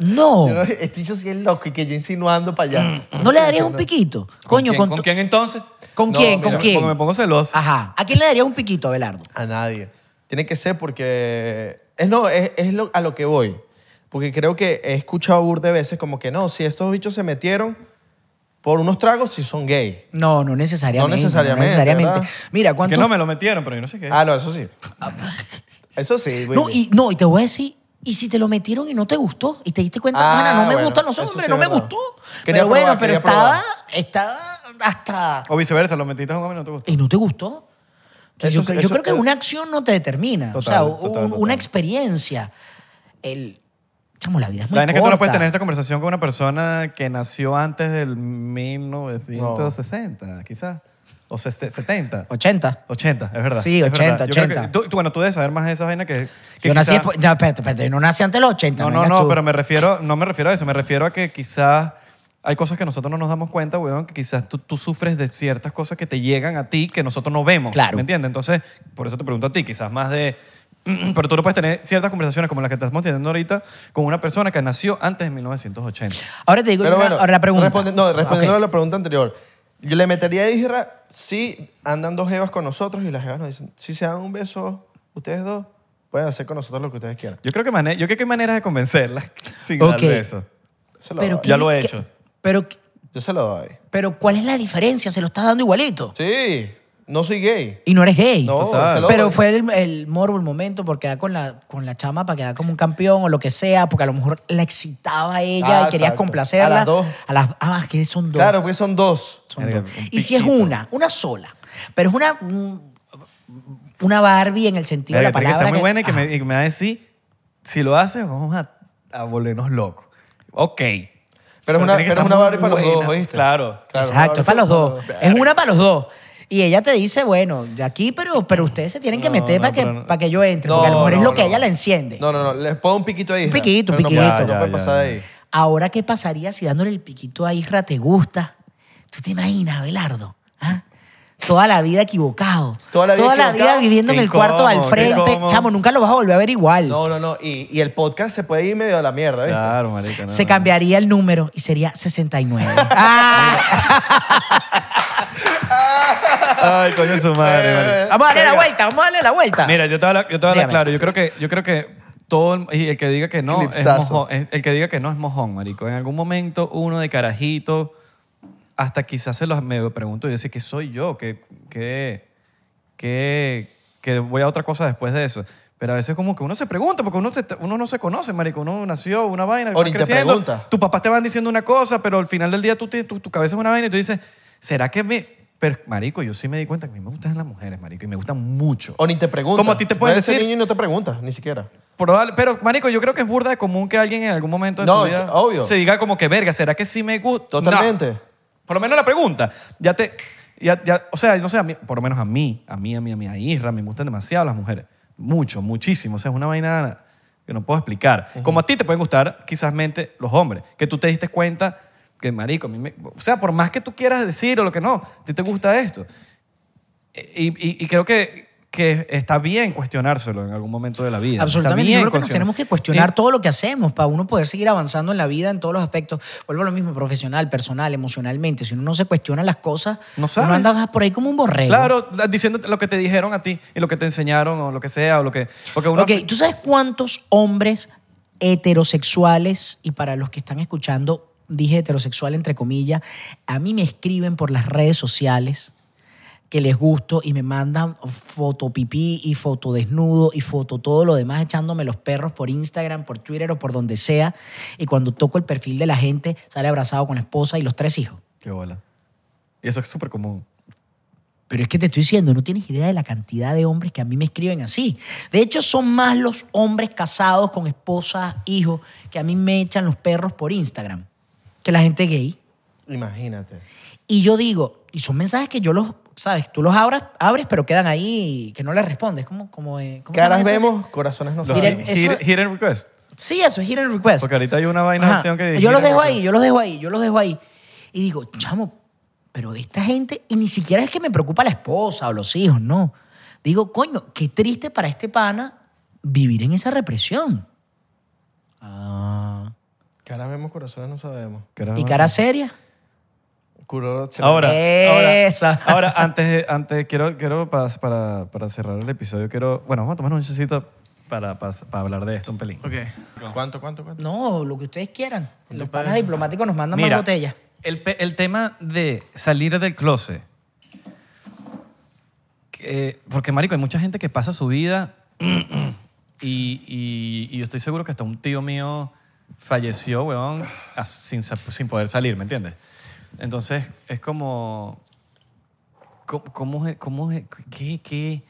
No. Yo- Este dicho sí es loco y que yo insinuando para allá. Oh. Mm, ¿No le darías un piquito? Coño, ¿Con, ¿con, tu- quién entonces? ¿con No, quién? mira, ¿Con me quién? Porque me pongo celoso. Ajá. ¿A quién le darías un piquito, Abelardo? A nadie. Tiene que ser porque... Es, no, es, es lo- a lo que voy. Porque creo que he escuchado burda de veces como que no, si estos bichos se metieron por unos tragos, si son gay. No, no necesariamente. No necesariamente, ¿verdad? Mira, Que ¿cuántos? no me lo metieron, pero yo no sé qué. Ah, no, eso sí. Eso sí, güey. No, y, no, y te voy a decir, y si te lo metieron y no te gustó, y te diste cuenta, Ah, "Mana, no me bueno, gusta, no sé, eso hombre, sí no es me verdad. gustó. Quería pero bueno, probar, pero quería estaba, probar. estaba hasta... O viceversa, lo metiste a un hombre y no te gustó. Y no te gustó. Entonces, Eso yo, sí, yo eso- creo que eso- una acción no te determina. o Total, sea, un- total, total. una experiencia. El... Chamo, la vida es muy La vaina es que tú no puedes corta. tener esta conversación con una persona que nació antes del 1960, quizás. O ses- 70. 80. 80, es verdad. Sí, es 80, Yo creo que- 80. tú, tú, bueno, tú debes saber más de esa vaina que. que Yo nací... quizá- después- No, espérate, espérate, yo no nací antes de los 80. No, no, vengas no, tú. pero me refiero, no me refiero a eso, me refiero a que quizás hay cosas que nosotros no nos damos cuenta, weón, que quizás tú, tú sufres de ciertas cosas que te llegan a ti que nosotros no vemos. Claro. ¿Me entiendes? Entonces, por eso te pregunto a ti, quizás más de. Pero tú no puedes tener ciertas conversaciones como las que estamos teniendo ahorita con una persona que nació antes de 1980. Ahora te digo, Pero una- bueno, ahora la pregunta. responde- no, respondiendo Ok. a la pregunta anterior. Yo le metería a Isra si andan dos jevas con nosotros y las jevas nos dicen, si se dan un beso, ustedes dos pueden hacer con nosotros lo que ustedes quieran. Yo creo que, mane- yo creo que hay maneras de convencerla sin Ok. darle eso. Yo se lo Pero doy. ¿qué- Ya lo he qué- hecho. Pero, qué- Yo se lo doy. pero ¿cuál es la diferencia? Se lo estás dando igualito. Sí, no soy gay. Y no eres gay. No, Total. se lo Pero doy. fue el, el morbo, el momento, por quedar con la, con la chama para quedar como un campeón o lo que sea, porque a lo mejor la excitaba a ella Ah, y querías exacto. complacerla. A las dos. A las, ah, que son dos. Claro, porque son dos. Son Verga, dos. Eh, un Y si es piquito. una, una sola, pero es una, un- una Barbie en el sentido Verga, de la tiene que palabra. estar muy buena y que, Ah. ajá. me, y que me va a decir, si lo haces, vamos a, a volvernos locos. Ok. Pero es una, tiene que pero es estar una muy Barbie para los dos, buena. ¿oíste? Claro. Claro, Exacto, una es para los Barbie dos. Es una para los dos. Y ella te dice, bueno, de aquí, pero, pero ustedes se tienen que No, meter no, para, que, pero no. para que yo entre, No, porque a lo mejor es no, lo que a no. ella la enciende. No, no, no, les pongo un piquito a Isra. piquito, pero piquito. No puede, no Ya, puede ya, pasar ya. de ahí. Ahora, ¿qué pasaría si dándole el piquito a Isra te gusta? ¿Tú te imaginas, Abelardo? ah? Toda la vida equivocado. Toda la vida equivocado. viviendo en Qué el cuarto al incómodo, qué frente. incómodo. Chamo, nunca lo vas a volver a ver igual. No, no, no. Y, y el podcast se puede ir medio a la mierda, ¿eh? ¿viste? Claro, marica. no, Se no. cambiaría el número y sería 69. Ah, Ay, coño, su Eh, madre. vale. vamos a darle la vuelta, vamos a darle la vuelta. Mira, yo te voy a hablar, yo te voy a hablar Dígame. claro. Yo creo que, yo creo que todo el, y el que diga que no es Clipsazo. mojón, es- el que diga que no es mojón, marico. En algún momento uno de carajito, hasta quizás se los medio pregunto y dice que soy yo, que, que, que, que voy a otra cosa después de eso. Pero a veces como que uno se pregunta, porque uno, se- uno no se conoce, marico. Uno nació, una vaina, Ahorita vas creciendo. pregunta. Tus papás te van diciendo una cosa, pero al final del día tú, te- tu, tu cabeza es una vaina y tú dices, ¿será que me...? Pero, marico, yo sí me di cuenta que a mí me gustan las mujeres, marico, y me gustan mucho. O ni te preguntas. Como a ti te pueden Puede ser decir- niño y no te preguntas, ni siquiera. Probable- pero, marico, yo creo que es burda de común que alguien en algún momento de No, su vida t- obvio. se diga como que, verga, ¿será que sí me gusta? Totalmente. No. Por lo menos la pregunta. Ya te... ya- ya- o sea, no sé, a mí- por lo menos a mí, a mí, a mí, a mí, a Isra, me gustan demasiado las mujeres. Mucho, muchísimo. O sea, es una vaina que no puedo explicar. Como a ti te pueden gustar, quizás, mente, los hombres. Que tú te diste cuenta que, marico, a mí me- o sea, por más que tú quieras decir o lo que no, a ti te gusta esto. Y, y- y creo que, que está bien cuestionárselo en algún momento de la vida. Absolutamente. Está Yo bien Eh. creo que nos cuestionar- tenemos que cuestionar Y- todo lo que hacemos para uno poder seguir avanzando en la vida en todos los aspectos. Vuelvo a lo mismo, profesional, personal, emocionalmente. Si uno no se cuestiona las cosas, No uno sabes. anda por ahí como un borrego. Claro, la- diciendo lo que te dijeron a ti y lo que te enseñaron o lo que sea o lo que... Porque uno... Ok, ¿tú sabes cuántos hombres heterosexuales, y para los que están escuchando, dije heterosexual entre comillas, a mí me escriben por las redes sociales que les gusto y me mandan foto pipí y foto desnudo y foto todo lo demás echándome los perros por Instagram, por Twitter o por donde sea. Y cuando toco el perfil de la gente, sale abrazado con la esposa y los tres hijos. Qué bola. Y eso es súper común. Pero es que te estoy diciendo, no tienes idea de la cantidad de hombres que a mí me escriben así. De hecho, son más los hombres casados con esposas, hijos, que a mí me echan los perros por Instagram que la gente gay. Imagínate. Y yo digo, y son mensajes que yo los, sabes, tú los abras, abres, pero quedan ahí que no les respondes. Como, como, eh, ¿cómo se llama Caras eso? vemos, corazones no Los Direct- saben. hit, eso- hit- hit and request. Sí, eso es hidden request. Porque ahorita hay una vaina de Ajá. opción que... Yo los hit and dejo request. ahí, yo los dejo ahí, yo los dejo ahí. Y digo, chamo, pero esta gente, y ni siquiera es que me preocupa la esposa o los hijos, no. Digo, coño, qué triste para este pana vivir en esa represión. Ah. Caras vemos, corazones no sabemos. Ah. ¿Y cara seria? Curoro, chale. Ahora, Esa. ahora, ahora, antes, antes quiero, quiero pa- para, para cerrar el episodio, quiero, bueno, vamos a tomar un chocito para, para, para hablar de esto un pelín. Ok. ¿Cuánto, cuánto, cuánto? No, lo que ustedes quieran. Los panas diplomáticos nos mandan Mira, más botellas. El, pe- el tema de salir del closet. Que- porque, marico, hay mucha gente que pasa su vida y, y- y yo estoy seguro que hasta un tío mío falleció, weón, as- sin, sa- sin poder salir, ¿me entiendes? Entonces, es como... ¿Cómo, cómo, es- cómo es- qué- qué-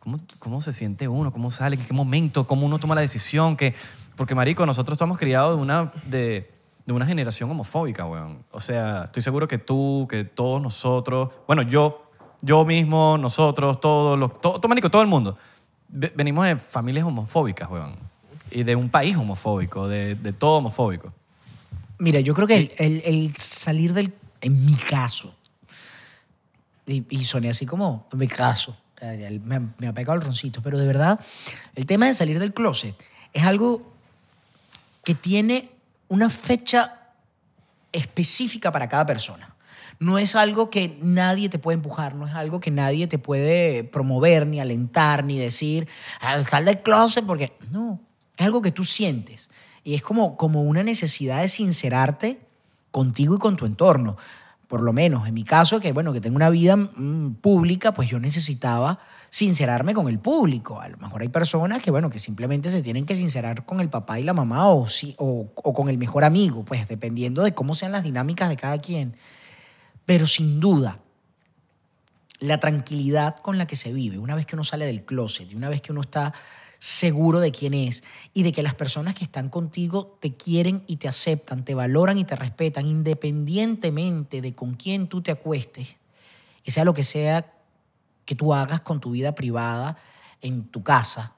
cómo- cómo se siente uno? ¿Cómo sale? ¿En qué momento? ¿Cómo uno toma la decisión? Que, porque, marico, nosotros estamos criados de una, de, de una generación homofóbica, weón. O sea, estoy seguro que tú, que todos nosotros, bueno, yo, yo mismo, nosotros, todos, los, to- to- marico, todo el mundo, ve- venimos de familias homofóbicas, weón. Y de un país homofóbico, de, de todo homofóbico. Mira, yo creo que el, el- el salir del. En mi caso. Y, y soné así como. En mi caso. eh, el- Me, me ha pegado el roncito. Pero de verdad, el tema de salir del closet es algo que tiene una fecha específica para cada persona. No es algo que nadie te puede empujar, no es algo que nadie te puede promover, ni alentar, ni decir, "Ah, sal del closet, porque no, es algo que tú sientes. Y es como, como una necesidad de sincerarte contigo y con tu entorno. Por lo menos en mi caso, que bueno, que tengo una vida mm, pública, pues yo necesitaba sincerarme con el público. A lo mejor hay personas que, bueno, que simplemente se tienen que sincerar con el papá y la mamá o, sí- o, o con el mejor amigo, pues dependiendo de cómo sean las dinámicas de cada quien. Pero sin duda, la tranquilidad con la que se vive, una vez que uno sale del closet y una vez que uno está seguro de quién es y de que las personas que están contigo te quieren y te aceptan, te valoran y te respetan, independientemente de con quién tú te acuestes y sea lo que sea que tú hagas con tu vida privada en tu casa.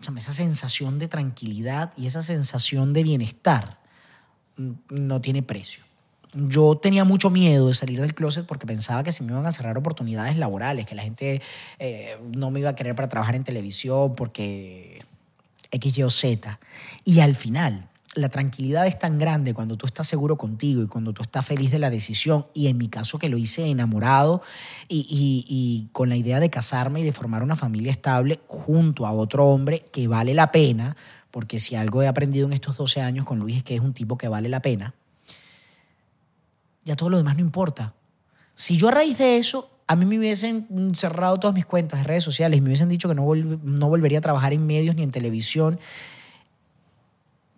Chama, esa sensación de tranquilidad y esa sensación de bienestar mm, no tiene precio. Yo tenía mucho miedo de salir del closet porque pensaba que se me iban a cerrar oportunidades laborales, que la gente eh, no me iba a querer para trabajar en televisión porque X, Y o Z. Y al final, la tranquilidad es tan grande cuando tú estás seguro contigo y cuando tú estás feliz de la decisión, y en mi caso que lo hice enamorado y, y- y con la idea de casarme y de formar una familia estable junto a otro hombre que vale la pena, porque si algo he aprendido en estos 12 años con Luis es que es un tipo que vale la pena, ya todo lo demás no importa. Si yo a raíz de eso, a mí me hubiesen mm, cerrado todas mis cuentas de redes sociales, me hubiesen dicho que no, vol- no volvería a trabajar en medios ni en televisión,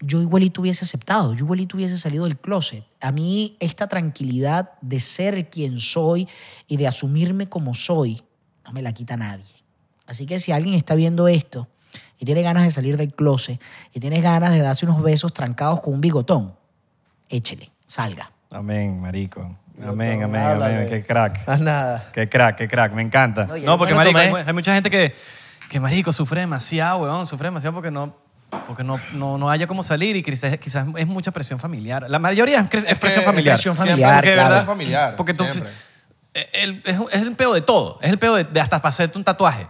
yo igualito hubiese aceptado, yo igualito hubiese salido del closet. A mí esta tranquilidad de ser quien soy y de asumirme como soy, no me la quita nadie. Así que si alguien está viendo esto y tiene ganas de salir del closet y tiene ganas de darse unos besos trancados con un bigotón, échele, salga. Amén, marico. Amén, No, amén, háblale. amén. Qué crack. Ah, Haz nada. Qué crack, qué crack, me encanta. No, No, y porque además lo marico, hay, tomé. mu- hay mucha gente que, que marico sufre demasiado, weón, sufre demasiado porque no porque no, no, no haya cómo salir y quizás, quizás es mucha presión familiar. La mayoría es, cre- es presión familiar. presión Siempre, familiar, porque, claro. ¿verdad? familiar. Porque tú, siempre. eh, el- es, un- es el peo de todo. Es el peo de, de hasta para hacerte un tatuaje.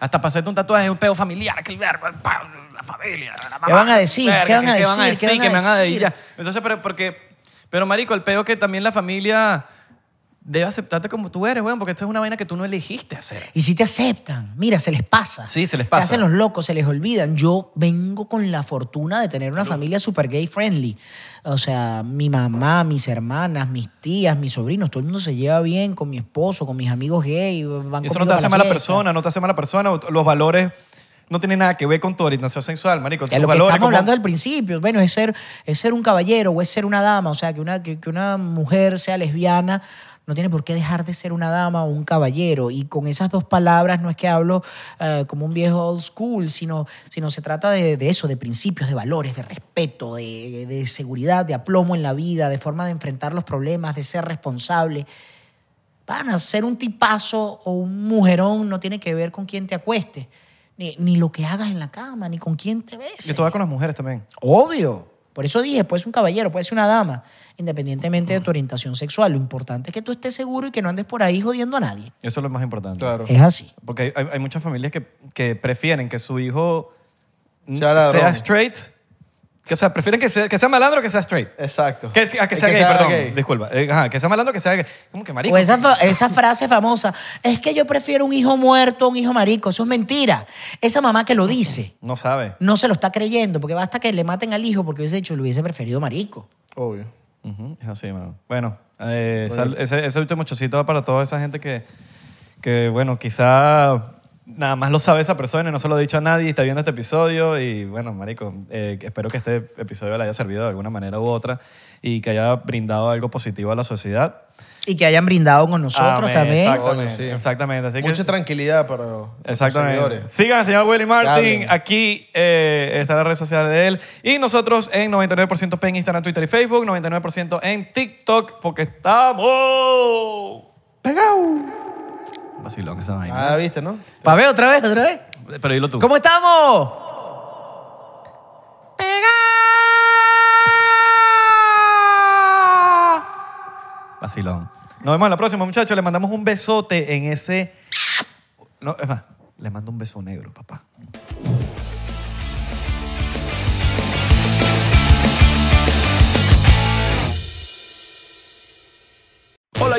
Hasta para hacerte un tatuaje es un peo familiar. que el verbo, el pa- la familia, la mamá, van a decir? verga, ¿Qué van a que- que decir? ¿Qué van a que me van a decir? decir? Entonces, pero, porque, pero marico, el peo que también la familia debe aceptarte como tú eres, weón, porque esto es una vaina que tú no elegiste hacer. Y si te aceptan, mira, se les pasa. Sí, se les pasa. Se hacen los locos, se les olvidan. Yo vengo con la fortuna de tener una familia super gay friendly. O sea, mi mamá, mis hermanas, mis tías, mis sobrinos, todo el mundo se lleva bien con mi esposo, con mis amigos gay. Van Y eso conmigo no te a hace la mala fiesta. persona, no te hace mala persona. o- Los valores no tienen nada que ver con tu orientación sexual, marico. Que Tus lo que valores, estamos como- hablando del principio, bueno, es ser, es ser un caballero o es ser una dama. O sea, que una, que, que una mujer sea lesbiana no tiene por qué dejar de ser una dama o un caballero. Y con esas dos palabras no es que hablo eh, como un viejo old school, sino, sino se trata de, de eso, de principios, de valores, de respeto, de, de seguridad, de aplomo en la vida, de forma de enfrentar los problemas, de ser responsable. Van a ser un tipazo o un mujerón no tiene que ver con quién te acuestes, ni, ni lo que hagas en la cama, ni con quién te beses. Y esto va con las mujeres también. Obvio. Por eso dije, puede ser un caballero, puede ser una dama, independientemente de tu orientación sexual. Lo importante es que tú estés seguro y que no andes por ahí jodiendo a nadie. Eso es lo más importante. Claro. Es así. Porque hay, hay- hay muchas familias que, que prefieren que su hijo n- Sea ladrón. sea straight. Que, o sea, prefieren que sea, que sea malandro que sea straight. Exacto. Que, sea- que sea gay, perdón. Disculpa. Eh, ajá, que sea malandro que sea gay. ¿Cómo que marico? O esa, fa- esa frase famosa, es que yo prefiero un hijo muerto a un hijo marico. Eso es mentira. Esa mamá que lo dice No sabe. no se lo está creyendo porque basta que le maten al hijo porque hubiese dicho, lo hubiese preferido marico. Obvio. Ujú, es así, mano. Bueno, eh, sal- ese, ese último chocito va para toda esa gente que, que, bueno, quizá nada más lo sabe esa persona y no se lo ha dicho a nadie y está viendo este episodio. Y bueno, marico, eh, espero que este episodio le haya servido de alguna manera u otra y que haya brindado algo positivo a la sociedad. Y que hayan brindado con nosotros Amén, también. Exactamente. Coño, sí. exactamente. Así que- Mucha tranquilidad para los Exactamente. seguidores. Sigan al señor Willy Martin. Hablen. Aquí eh, está la red social de él. Y nosotros en 99% en Instagram, Twitter y Facebook. 99% en TikTok. Porque estamos... ¡Pegao! Vacilón esa vaina. Ah, viste, ¿no? Pa' ver, otra vez, otra vez. Pero dilo tú. ¿Cómo estamos? Vacilón. Nos vemos en la próxima, muchachos. Les mandamos un besote en ese... No, es más, les mando un beso negro, papá. Hola,